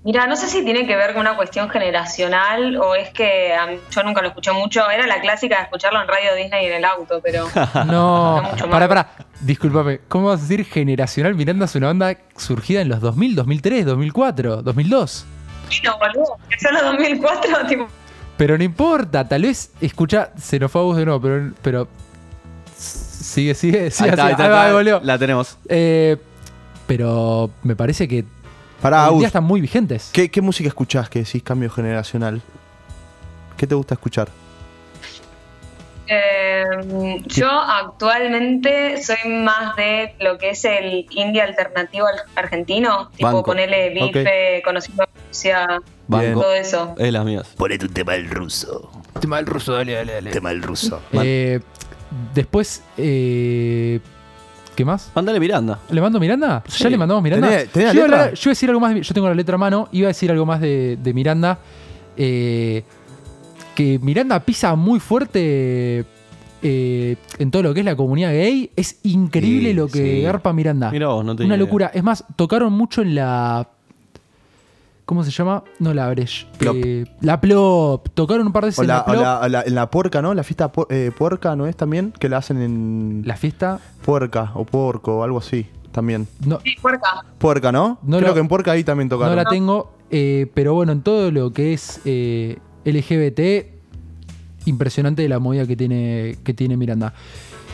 S12: Mira, no sé si tiene que ver con una cuestión generacional o es que a mí- yo nunca lo escuché mucho. Era la clásica de escucharlo en radio Disney en el auto,
S9: <laughs>
S12: pero
S8: No,
S12: Está mucho más.
S8: pará, pará. Discúlpame, ¿cómo vas a decir generacional? Miranda es una banda surgida en los 2000, 2003, 2004, 2002.
S12: no, boludo, eso los 2004, <laughs> tipo,
S8: Pero no importa, tal vez, escucha, se nos fue a vos de nuevo, pero, pero sigue, sigue,
S10: Ahí
S8: sigue.
S10: está,
S8: así.
S10: ahí está,
S8: Ahí va,
S10: está.
S8: ahí volvió.
S10: La tenemos.
S8: Eh, pero me parece que hoy
S9: Pará,
S8: en
S9: Agus.
S8: día están muy vigentes.
S9: ¿Qué, qué música escuchás que decís cambio generacional? ¿Qué te gusta escuchar?
S12: Eh, yo actualmente soy más de lo que es el indie alternativo al- argentino, tipo
S10: Banco.
S12: ponerle bife,
S10: Ok.
S12: conociendo a Rusia,
S10: Banco.
S12: todo eso.
S10: Es las mías.
S19: Ponete un tema del ruso.
S8: Tema del ruso, dale, dale, dale.
S19: Tema del ruso.
S8: Eh, después, eh, ¿qué más?
S10: Mándale Miranda.
S8: ¿Le mando Miranda?
S10: Sí.
S8: ¿Ya le mandamos Miranda?
S10: ¿Tenés- tenés la
S8: yo, iba a
S10: letra?
S8: hablar- yo iba a decir algo más. de- yo tengo la letra a mano. Iba a decir algo más de, de Miranda. eh, que Miranda pisa muy fuerte eh, en todo lo que es la comunidad gay. Es increíble
S10: Sí,
S8: lo que
S10: sí.
S8: garpa Miranda.
S10: Mirá vos, no tenía
S8: Una
S10: idea.
S8: locura. Es más, tocaron mucho en la. ¿Cómo se llama? No la Bresh.
S9: Plop.
S8: eh, la Plop. Tocaron un par de veces
S9: O
S8: en
S9: la,
S8: la
S9: o
S8: Plop.
S9: la- o la- en la puerca, ¿no? La fiesta puer- eh, puerca, ¿no es también? Que la hacen en...
S8: ¿La fiesta?
S9: Puerca o puerco o algo así también.
S8: No,
S12: Puerca.
S9: Puerca, ¿no?
S8: No
S9: Creo
S8: lo-
S9: que en puerca ahí también tocaron.
S8: No la tengo, eh, pero bueno, en todo lo que es eh, LGBT, impresionante la movida que tiene, que tiene Miranda.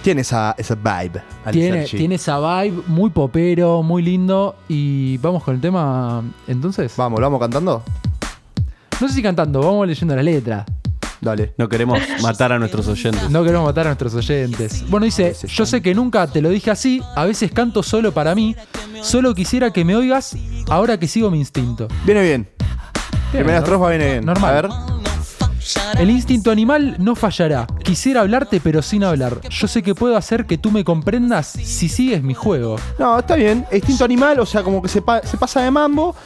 S9: Tiene esa, esa vibe. al
S8: Tiene,
S9: Sergi.
S8: tiene esa vibe muy popero, muy lindo. Y vamos con el tema entonces.
S9: Vamos, ¿lo vamos cantando?
S8: No sé si cantando, vamos leyendo la letra.
S9: Dale.
S10: No
S12: <laughs>
S10: queremos matar a nuestros oyentes.
S8: No queremos matar a nuestros oyentes. Bueno, dice, yo sé que nunca te lo dije así, a veces canto solo para mí, solo quisiera que me oigas ahora que sigo mi instinto.
S9: Viene bien. Primera
S8: ¿no?
S9: estrofa viene bien.
S8: Normal.
S9: A ver.
S8: El instinto animal no fallará. Quisiera hablarte, pero sin hablar. Yo sé que puedo hacer que tú me comprendas si sigues mi juego.
S9: No, está bien. Instinto animal, o sea, como que se, pa- se pasa de mambo,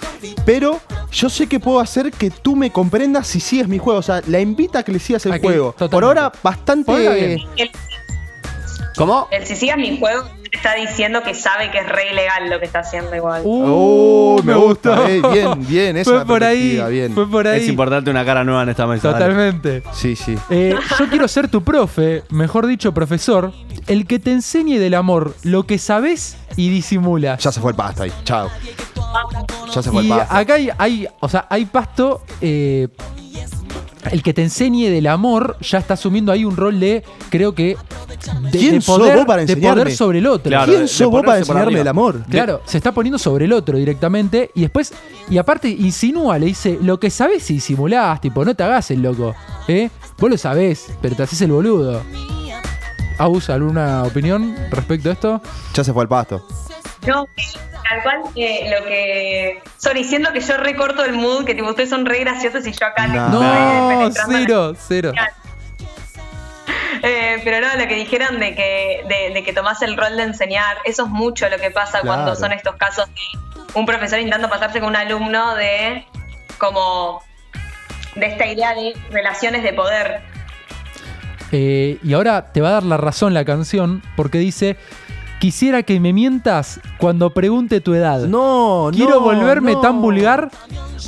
S9: pero yo sé que puedo hacer que tú me comprendas si sigues mi juego. O sea, la invita a que le sigas el
S8: Aquí,
S9: juego. Por
S8: totalmente.
S9: ahora, bastante.
S8: Por ahora bien.
S12: El,
S10: ¿Cómo?
S12: el si sigas mi juego está diciendo que sabe que es re ilegal lo que está haciendo igual.
S9: Uh, me gusta. Eh, bien, bien. Esa
S8: Fue por ahí,
S9: perspectiva, bien.
S8: fue por
S10: Es
S8: ahí.
S10: importante una cara nueva en esta mesa. dale.
S8: Totalmente.
S9: Sí, sí.
S8: Eh, yo quiero ser tu profe, mejor dicho profesor, el que te enseñe del amor lo que sabes y disimulas.
S9: Ya se fue el pasta ahí. Chao. Ya se fue el
S8: Y
S9: pasta.
S8: acá hay, hay- o sea, hay pasto. eh, el que te enseñe del amor ya está asumiendo ahí un rol de, creo que, de,
S9: ¿Quién
S8: de
S9: sos
S8: poder,
S9: vos para
S8: de
S9: enseñarme?
S8: poder sobre el otro.
S9: Claro, ¿Quién de- de sos vos para ponerse por enseñarme arriba. el amor?
S8: Claro, se está poniendo sobre el otro directamente y después, y aparte insinúa, le dice, lo que sabés si simulás, tipo, no te hagas el loco, ¿eh? Vos lo sabés, pero te haces el boludo. Agus, ¿alguna opinión respecto a esto?
S9: Ya se fue el pasto.
S12: No, tal cual que lo que. Sorry, siento que yo recorto
S9: Ah.
S12: el mood, que tipo, ustedes son re graciosos y yo acá.
S9: No.
S12: tipo,
S8: No,
S12: penetrando en
S8: cero, cero.
S12: la- Eh, pero no, lo que dijeron de que, de, de que tomás el rol de enseñar, eso es mucho lo que pasa
S19: Claro.
S12: cuando son estos casos de un profesor intentando pasarse con un alumno de como de esta idea de relaciones de poder.
S8: Eh, y ahora te va a dar la razón la canción porque dice, quisiera que me mientas cuando pregunte tu edad.
S9: No,
S8: Quiero
S9: no,
S8: volverme
S9: no.
S8: tan vulgar,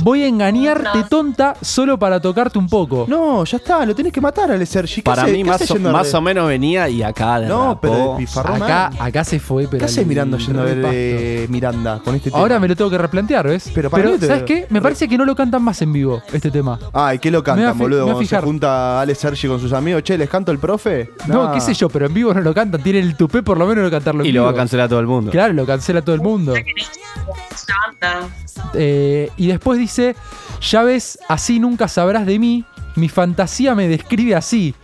S8: voy a engañarte
S9: No.
S8: tonta solo para tocarte un poco.
S9: No, ya está, lo tenés que matar al Sergi. ¿Qué
S10: Para
S9: hace-
S10: mí
S9: qué hace
S10: más o,
S9: yendo a
S10: más
S9: ver-
S10: o menos venía y acá
S9: No, pero despifarró
S8: Acá,
S9: mal.
S8: acá se fue, pero...
S9: ¿Qué haces
S8: al
S9: mirando yendo a ver
S8: repasto.
S9: eh, Miranda con este tema?
S8: Ahora me lo tengo que replantear, ¿ves? Pero,
S9: para mí te-
S8: ¿sabes qué? Me parece que no lo cantan más en vivo, este tema.
S9: Ay, qué lo
S8: Me voy a
S9: cantan,
S8: fi-
S9: boludo.
S8: me voy a
S9: Cuando se
S8: fijar.
S9: junta Ale Sergi con sus amigos. Che, ¿les canto el profe?
S8: No,
S9: Nah.
S8: qué sé yo, pero en vivo no lo cantan. Tienen el tupé por lo menos de no cantarlo en
S10: Y lo va a
S8: vivo.
S10: cancelar todo el mundo.
S8: Claro, lo cancela todo el mundo.
S12: Es una banda.
S8: Eh, y después dice, ya ves, así nunca sabrás de mí, mi fantasía me describe así.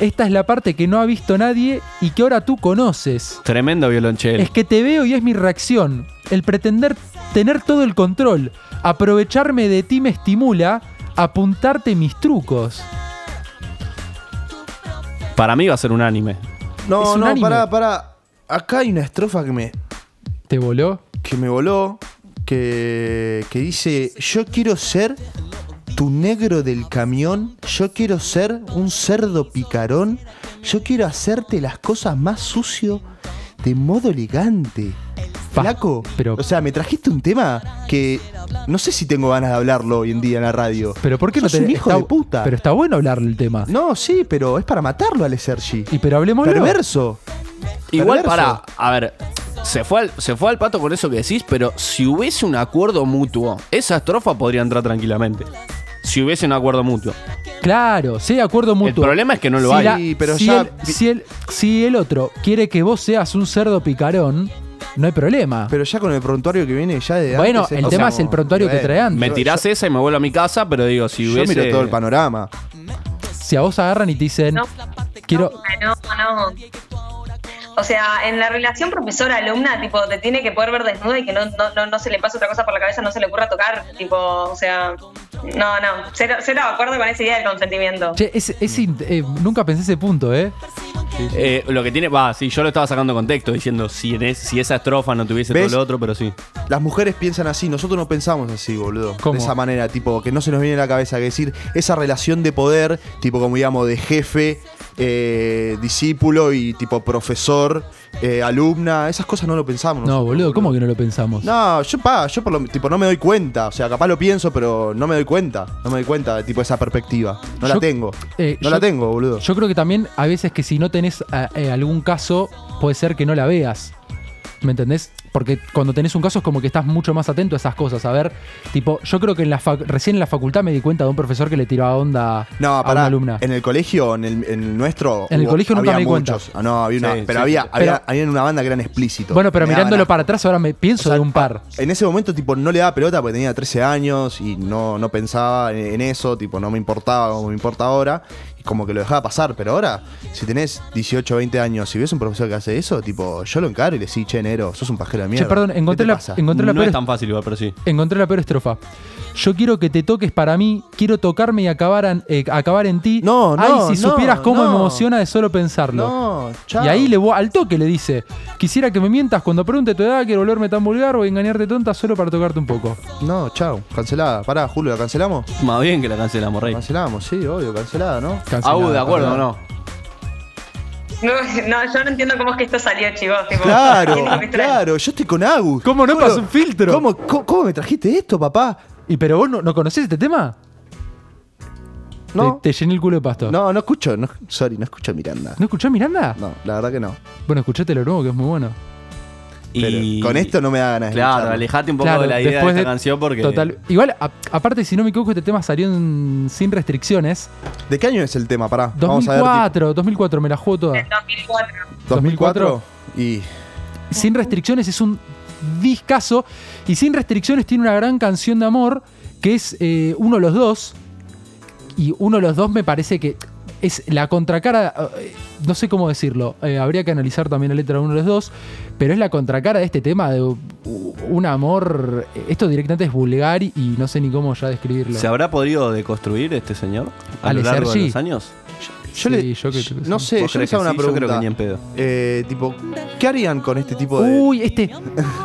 S8: Esta es la parte que no ha visto nadie y que ahora tú conoces.
S10: Tremendo violonchelo.
S8: Es que te veo y es mi reacción. El pretender tener todo el control, aprovecharme de ti me estimula, apuntarte mis trucos.
S10: Para mí va a ser un anime.
S9: No,
S8: Es un
S9: no,
S8: anime.
S9: pará, pará. Acá hay una estrofa que me.
S8: ¿Te voló?
S9: Que me voló. Que, que dice: Yo quiero ser tu negro del camión. Yo quiero ser un cerdo picarón. Yo quiero hacerte las cosas más sucio de modo elegante. Flaco, o sea, me trajiste un tema que no sé si tengo ganas de hablarlo hoy en día en la radio.
S8: Pero ¿por qué no
S9: Sos
S8: te
S9: un hijo
S8: está-
S9: de puta?
S8: Pero está bueno hablar el tema.
S9: No, sí, pero es para matarlo al Sergi.
S8: Y pero hablemos
S9: Perverso.
S10: Igual para,
S9: Perverso.
S10: a ver, se fue, al, se fue al pato con eso que decís, pero si hubiese un acuerdo mutuo, esa estrofa podría entrar tranquilamente. Si hubiese un acuerdo mutuo.
S8: Claro, sí, acuerdo mutuo.
S10: problema es que no lo
S8: Si
S10: hay.
S8: la-
S10: Sí, pero
S8: si
S10: ya-
S8: el, si, el, si el otro quiere que vos seas un cerdo picarón, no hay problema.
S9: Pero ya con el prontuario que viene ya de
S8: Ah. Bueno,
S9: antes
S8: el tema es el prontuario que trae antes.
S10: Me tirás esa y me vuelvo a mi casa, pero digo, si
S9: Yo
S10: hubiese.
S9: miro todo el panorama.
S8: Si a vos agarran y te dicen, quiero.
S12: No, no. O sea, en la relación profesora-alumna, tipo, te tiene que poder ver desnuda y que no, no, no, no se le pase otra cosa por la cabeza, no se le ocurra tocar, tipo, o sea, no, no, cero, cero de acuerdo con esa idea del consentimiento.
S8: Che, es, es in- eh, nunca pensé ese punto, ¿eh?
S10: Eh, lo que tiene. Va, sí, yo lo estaba sacando contexto diciendo si, en es- si esa estrofa no tuviese
S9: ¿Ves?
S10: todo lo otro, pero sí.
S9: Las mujeres piensan así, nosotros no pensamos así, boludo.
S10: ¿Cómo?
S9: De esa manera, tipo, que no se nos viene a la cabeza. Que decir, esa relación de poder, tipo, como digamos, de jefe, eh, discípulo y tipo profesor, eh, alumna, esas cosas no lo pensamos.
S8: No, boludo, ¿cómo que no lo pensamos?
S9: No, yo pa, yo por lo tipo no me doy cuenta, o sea, capaz lo pienso, pero no me doy cuenta, no me doy cuenta de tipo esa perspectiva, no
S8: Yo-
S9: la tengo,
S8: eh,
S9: no
S8: yo-
S9: la tengo, boludo.
S8: Yo creo que también a veces que si no tenés eh, eh, algún caso, puede ser que no la veas. ¿Me entendés? Porque cuando tenés un caso es como que estás mucho más atento a esas cosas. A ver, tipo, yo creo que en la fac- recién en la facultad me di cuenta de un profesor que le tiraba onda
S9: No,
S8: a
S9: pará,
S8: una alumna.
S9: en el colegio, en el, en el nuestro,
S8: En el colegio nunca
S9: había
S8: me di cuenta.
S9: muchos. Ah, no, había una,
S8: Sí,
S9: pero
S8: sí,
S9: había,
S8: sí.
S9: había,
S8: Pero-
S9: había una banda que eran explícitos.
S8: Bueno, pero
S9: Me daban
S8: mirándolo
S9: asco.
S8: para atrás ahora me pienso de un par.
S9: En ese momento, tipo, no le daba pelota porque tenía 13 años y no, no pensaba en, en eso, tipo, no me importaba como me importa ahora. Y como que lo dejaba pasar, pero ahora, si tenés 18, 20 años, si ves un profesor que hace eso, tipo, yo lo encaro y le decís, che, enero, sos un pajero de mierda.
S8: perdón,
S9: ¿Qué
S8: encontré
S9: te
S8: la-
S9: pasa?
S8: encontré la
S10: No es
S8: peor-
S10: tan fácil igual, pero sí.
S8: Encontré la peor estrofa. Yo quiero que te toques para mí, quiero tocarme y acabar, an- eh, acabar en ti. No,
S9: no,
S8: Ay, si
S9: no,
S8: supieras cómo
S9: no.
S8: me emociona de solo pensarlo.
S9: No, chao.
S8: Y ahí le vo- al toque le dice, quisiera que me mientas cuando pregunte tu edad, quiero volverme tan vulgar, voy a engañarte tonta solo para tocarte un poco.
S9: No, chao, cancelada. Pará, Julio, ¿la cancelamos?
S10: Más bien que la cancelamos, Rey.
S9: Cancelamos, sí, obvio, cancelada, ¿no?
S10: Cancelada, Au, de acuerdo, cancelada. ¿no?
S12: No, no, yo no entiendo cómo es que esto salió, chicos. tipo,
S9: Claro,
S12: entiendo que esto era-
S9: claro, yo estoy con Agus.
S8: ¿Cómo no pasó un filtro?
S9: ¿Cómo, cómo, cómo me trajiste esto, papá?
S8: ¿Y pero vos no, no conocés este tema?
S9: No.
S8: Te, te llené el culo de pasto.
S9: No, no escucho, no, sorry, no escucho Miranda.
S8: ¿No escuchás Miranda?
S9: No, la verdad que no.
S8: Bueno, escuchate lo nuevo que es muy bueno.
S10: Y-
S9: Pero con esto no me da ganas de
S10: Claro,
S9: escucharlo.
S10: alejate un poco de la idea de esta canción porque.
S8: Total. Igual, a- aparte, si no me equivoco, este tema salió en- sin restricciones.
S9: ¿De qué año es el tema? Pará, vamos a ver.
S8: 2004, 2004, me la juego toda.
S9: 2004 y
S8: Sin restricciones es un discazo. Y sin restricciones tiene una gran canción de amor que es eh, Uno los dos. Y Uno los dos me parece que es la contracara. eh, No sé cómo decirlo. eh, habría que analizar también la letra de Uno los dos. Pero es la contracara de este tema de u- un amor. eh, Esto directamente es vulgar y no sé ni cómo ya describirlo.
S10: ¿Se habrá podido deconstruir este señor a
S8: Ale
S10: lo largo
S8: Sergi.
S10: de los años?
S9: Yo le. no sé,
S10: ¿Vos
S9: yo les
S10: crees
S9: hago una
S10: que sí? Yo creo
S9: pregunta.
S10: que ni en Uh, pedo.
S9: Eh, tipo, ¿qué harían con este tipo de.?
S8: Uy, este.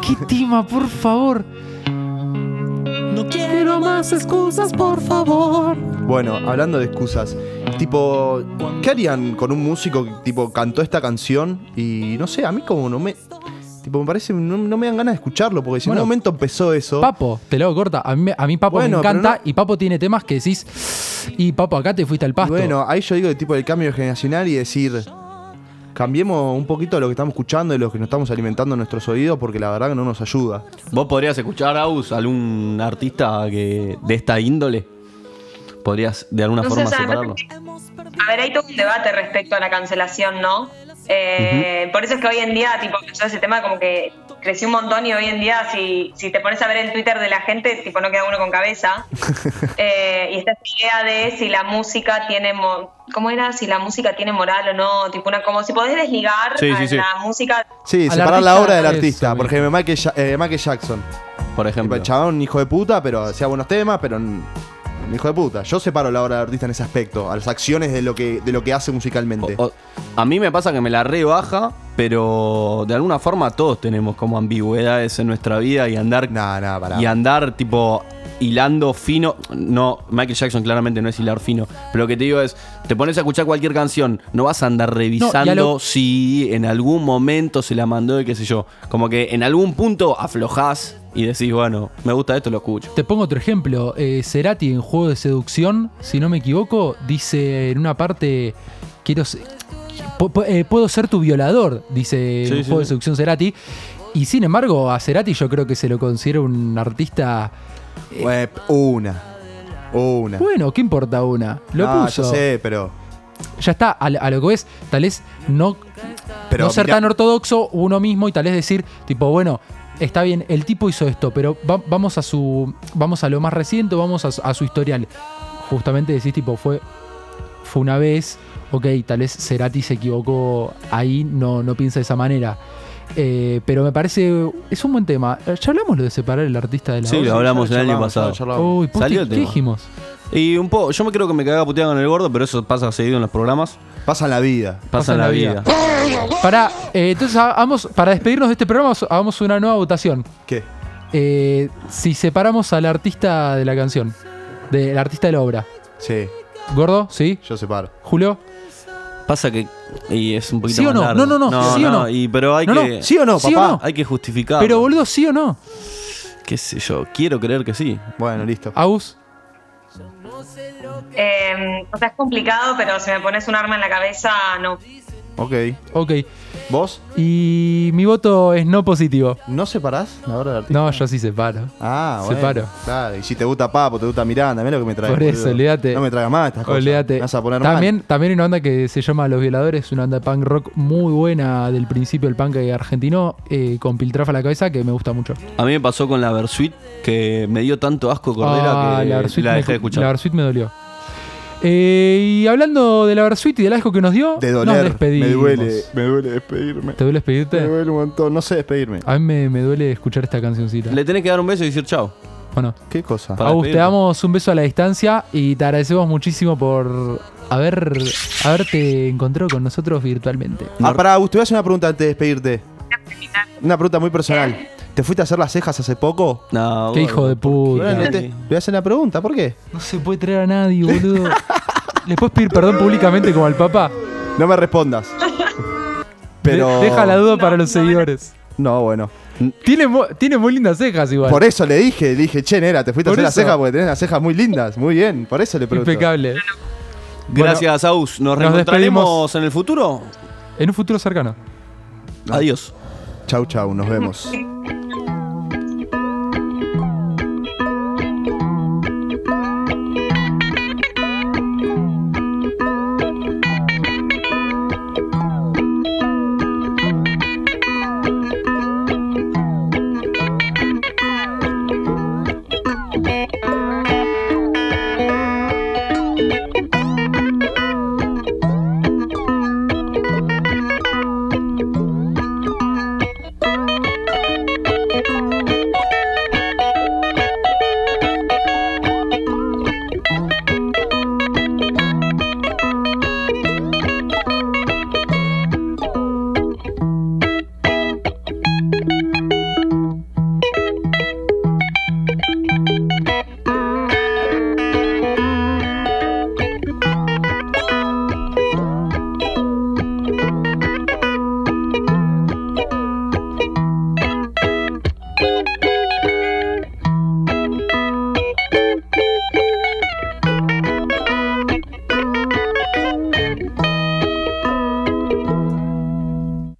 S8: ¡Qué tema, por favor! No quiero más excusas, por favor.
S9: Bueno, hablando de excusas, tipo, ¿qué harían con un músico que tipo cantó esta canción? Y no sé, a mí como no me. Tipo, me parece, no, no me dan ganas de escucharlo, porque si en
S8: Bueno,
S9: un momento empezó eso.
S8: Papo, te lo hago corta. A mí, me- a mí Papo
S9: Bueno,
S8: me
S9: pero
S8: encanta
S9: no-
S8: y Papo tiene temas que decís. Y Papo, acá te fuiste al pasto.
S9: Bueno, ahí yo digo de tipo el cambio generacional y decir. Cambiemos un poquito lo que estamos escuchando y lo que nos estamos alimentando en nuestros oídos, porque la verdad que no nos ayuda.
S10: ¿Vos podrías escuchar, Aus, algún artista que de esta índole? ¿Podrías de alguna
S12: No sé,
S10: forma
S12: o sea, no-
S10: separarlo?
S12: A ver, hay todo un debate respecto a la cancelación, ¿no? Eh, Por eso es que hoy en día, tipo, yo ese tema como que creció un montón y hoy en día si, si te pones a ver el Twitter de la gente, tipo, no queda uno con cabeza. Eh, y está esta idea de si la música tiene... mo- ¿Cómo era? Si la música tiene moral o no. Tipo, una, como si podés desligar
S9: Sí,
S12: a
S9: sí, sí.
S12: la música...
S9: Sí,
S12: Al
S9: separar la
S12: artista-
S9: obra del
S12: Eso,
S9: artista. Por ejemplo, Michael, Ja- eh, Michael Jackson.
S10: Por ejemplo.
S9: el chabón, un hijo de puta, pero hacía buenos temas, pero n- un hijo de puta. Yo separo la obra del artista en ese aspecto, a las acciones de lo que, de lo que hace musicalmente.
S10: A mí me pasa que me la rebaja, pero de alguna forma todos tenemos como ambigüedades en nuestra vida y andar. Y andar tipo hilando fino. No, Michael Jackson claramente no es hilar fino. Pero lo que te digo es, te pones a escuchar cualquier canción, no vas a andar revisando
S8: lo-
S10: si en algún momento se la mandó y qué sé yo. Como que en algún punto aflojás y decís, bueno, me gusta esto, lo escucho.
S8: Te pongo otro ejemplo. Eh, Cerati en Juego de Seducción, si no me equivoco, dice en una parte, quiero se- pu- pu- eh, puedo ser tu violador, dice
S10: Sí,
S8: en
S10: sí,
S8: Juego de
S10: sí.
S8: Seducción Cerati. Y sin embargo, a Cerati yo creo que se lo considera un artista...
S9: Eh, una. Una.
S8: Bueno, ¿qué importa una? Lo
S9: No,
S8: puso.
S9: yo Ah, sé, pero.
S8: Ya está, a, lo- a lo que es, tal vez no,
S9: Pero
S8: no ser
S9: mirá-
S8: tan ortodoxo uno mismo y tal vez decir, tipo, bueno, está bien, el tipo hizo esto, pero va- vamos a su. Vamos a lo más reciente, vamos a, su- a su historial. Justamente decís, tipo, fue. Fue una vez. Ok, tal vez Cerati se equivocó ahí, no, no piensa de esa manera. Eh, pero me parece. Es un buen tema. Eh, Ya hablamos lo de separar el artista de la
S10: Sí,
S8: obra?
S10: lo hablamos el año pasado.
S9: Uh.
S8: Uy, posti,
S10: Salió el
S8: ¿qué
S10: tema.
S8: dijimos?
S10: Y un poco, yo me creo que me cagaba puteado con el gordo, pero eso pasa seguido en los programas.
S9: Pasa en la vida.
S10: Pasa en la vida.
S8: Para, eh, entonces, ha- hagamos, para despedirnos de este programa, ha- hagamos una nueva votación.
S9: ¿Qué?
S8: Eh, si separamos al artista de la canción, del artista de la obra.
S9: Sí.
S8: ¿Gordo? ¿Sí?
S9: Yo separo.
S8: ¿Julio?
S10: Pasa que. Y es un poquito
S8: ¿Sí o
S10: más
S8: no?
S10: largo.
S8: No, no, no, ¿sí o no?
S10: y- pero hay
S8: No, no,
S10: que.
S8: ¿sí o no, ¿sí o papá? no?
S10: Hay que justificar.
S8: Pero boludo, ¿sí o no?
S10: Qué sé yo, quiero creer que sí.
S9: Bueno, listo.
S8: Aus.
S12: Eh, o sea, es complicado, pero si me pones un arma en la cabeza, no.
S9: Ok.
S8: Ok.
S9: ¿Vos?
S8: Y mi voto es no positivo.
S9: ¿No separás la obra del artista?
S8: No, yo sí separo.
S9: Ah, bueno.
S8: Separo.
S9: Claro, y si te gusta Papo, te gusta Miranda, mirá lo que me traes.
S8: Por eso,
S9: boludo.
S8: olvídate.
S9: No me traigas más estas cosas.
S8: Olvídate.
S9: Me vas a poner mal.
S8: También, también hay una onda que se llama Los Violadores, una onda de punk rock muy buena del principio del punk argentino, eh, con Piltrafa a la cabeza, que me gusta mucho.
S10: A mí me pasó con la Versuit que me dio tanto asco Cordera
S8: Ah,
S10: que
S8: la
S10: la,
S8: Versuit me-
S10: dejé de escuchar.
S8: la Versuit me dolió. Eh, y hablando de la Versuit y del asco que nos dio,
S9: De
S8: nos
S9: doler.
S8: despedimos.
S9: me duele. Me duele despedirme.
S8: ¿Te Ah. duele despedirte?
S9: Me duele un montón. No sé despedirme.
S8: A mí me, me duele escuchar esta cancioncita.
S10: Le tenés que dar un beso y decir chao.
S8: Bueno.
S9: ¿Qué cosa?
S8: Agus, te damos un beso a la distancia y te agradecemos muchísimo por haber, haberte encontrado con nosotros virtualmente.
S9: Ah, pará, Agus, te voy a hacer una pregunta antes de despedirte. Una pregunta muy personal. ¿Te fuiste a hacer las cejas hace poco?
S10: No,
S8: Qué hijo de puta.
S9: Bueno, no te- te voy a hacer una pregunta, ¿por qué?
S8: No se puede traer a nadie, boludo. ¿Le puedes pedir perdón públicamente como al papá?
S9: No
S8: <laughs>
S9: me respondas. Pero.
S8: De- deja la duda para los seguidores.
S9: No, bueno.
S8: Tiene, mu- tiene muy lindas cejas igual.
S9: Por eso le dije, le dije, che, nera, te fuiste a
S8: Por
S9: hacer
S8: eso.
S9: las cejas porque tenés las cejas muy lindas. Muy bien, por eso le pregunto.
S8: Impecable.
S10: Gracias, Aus. Nos,
S8: nos
S10: reencontraremos en el futuro.
S8: En un futuro cercano.
S10: Adiós.
S8: <laughs>
S9: Chau, chau, nos vemos.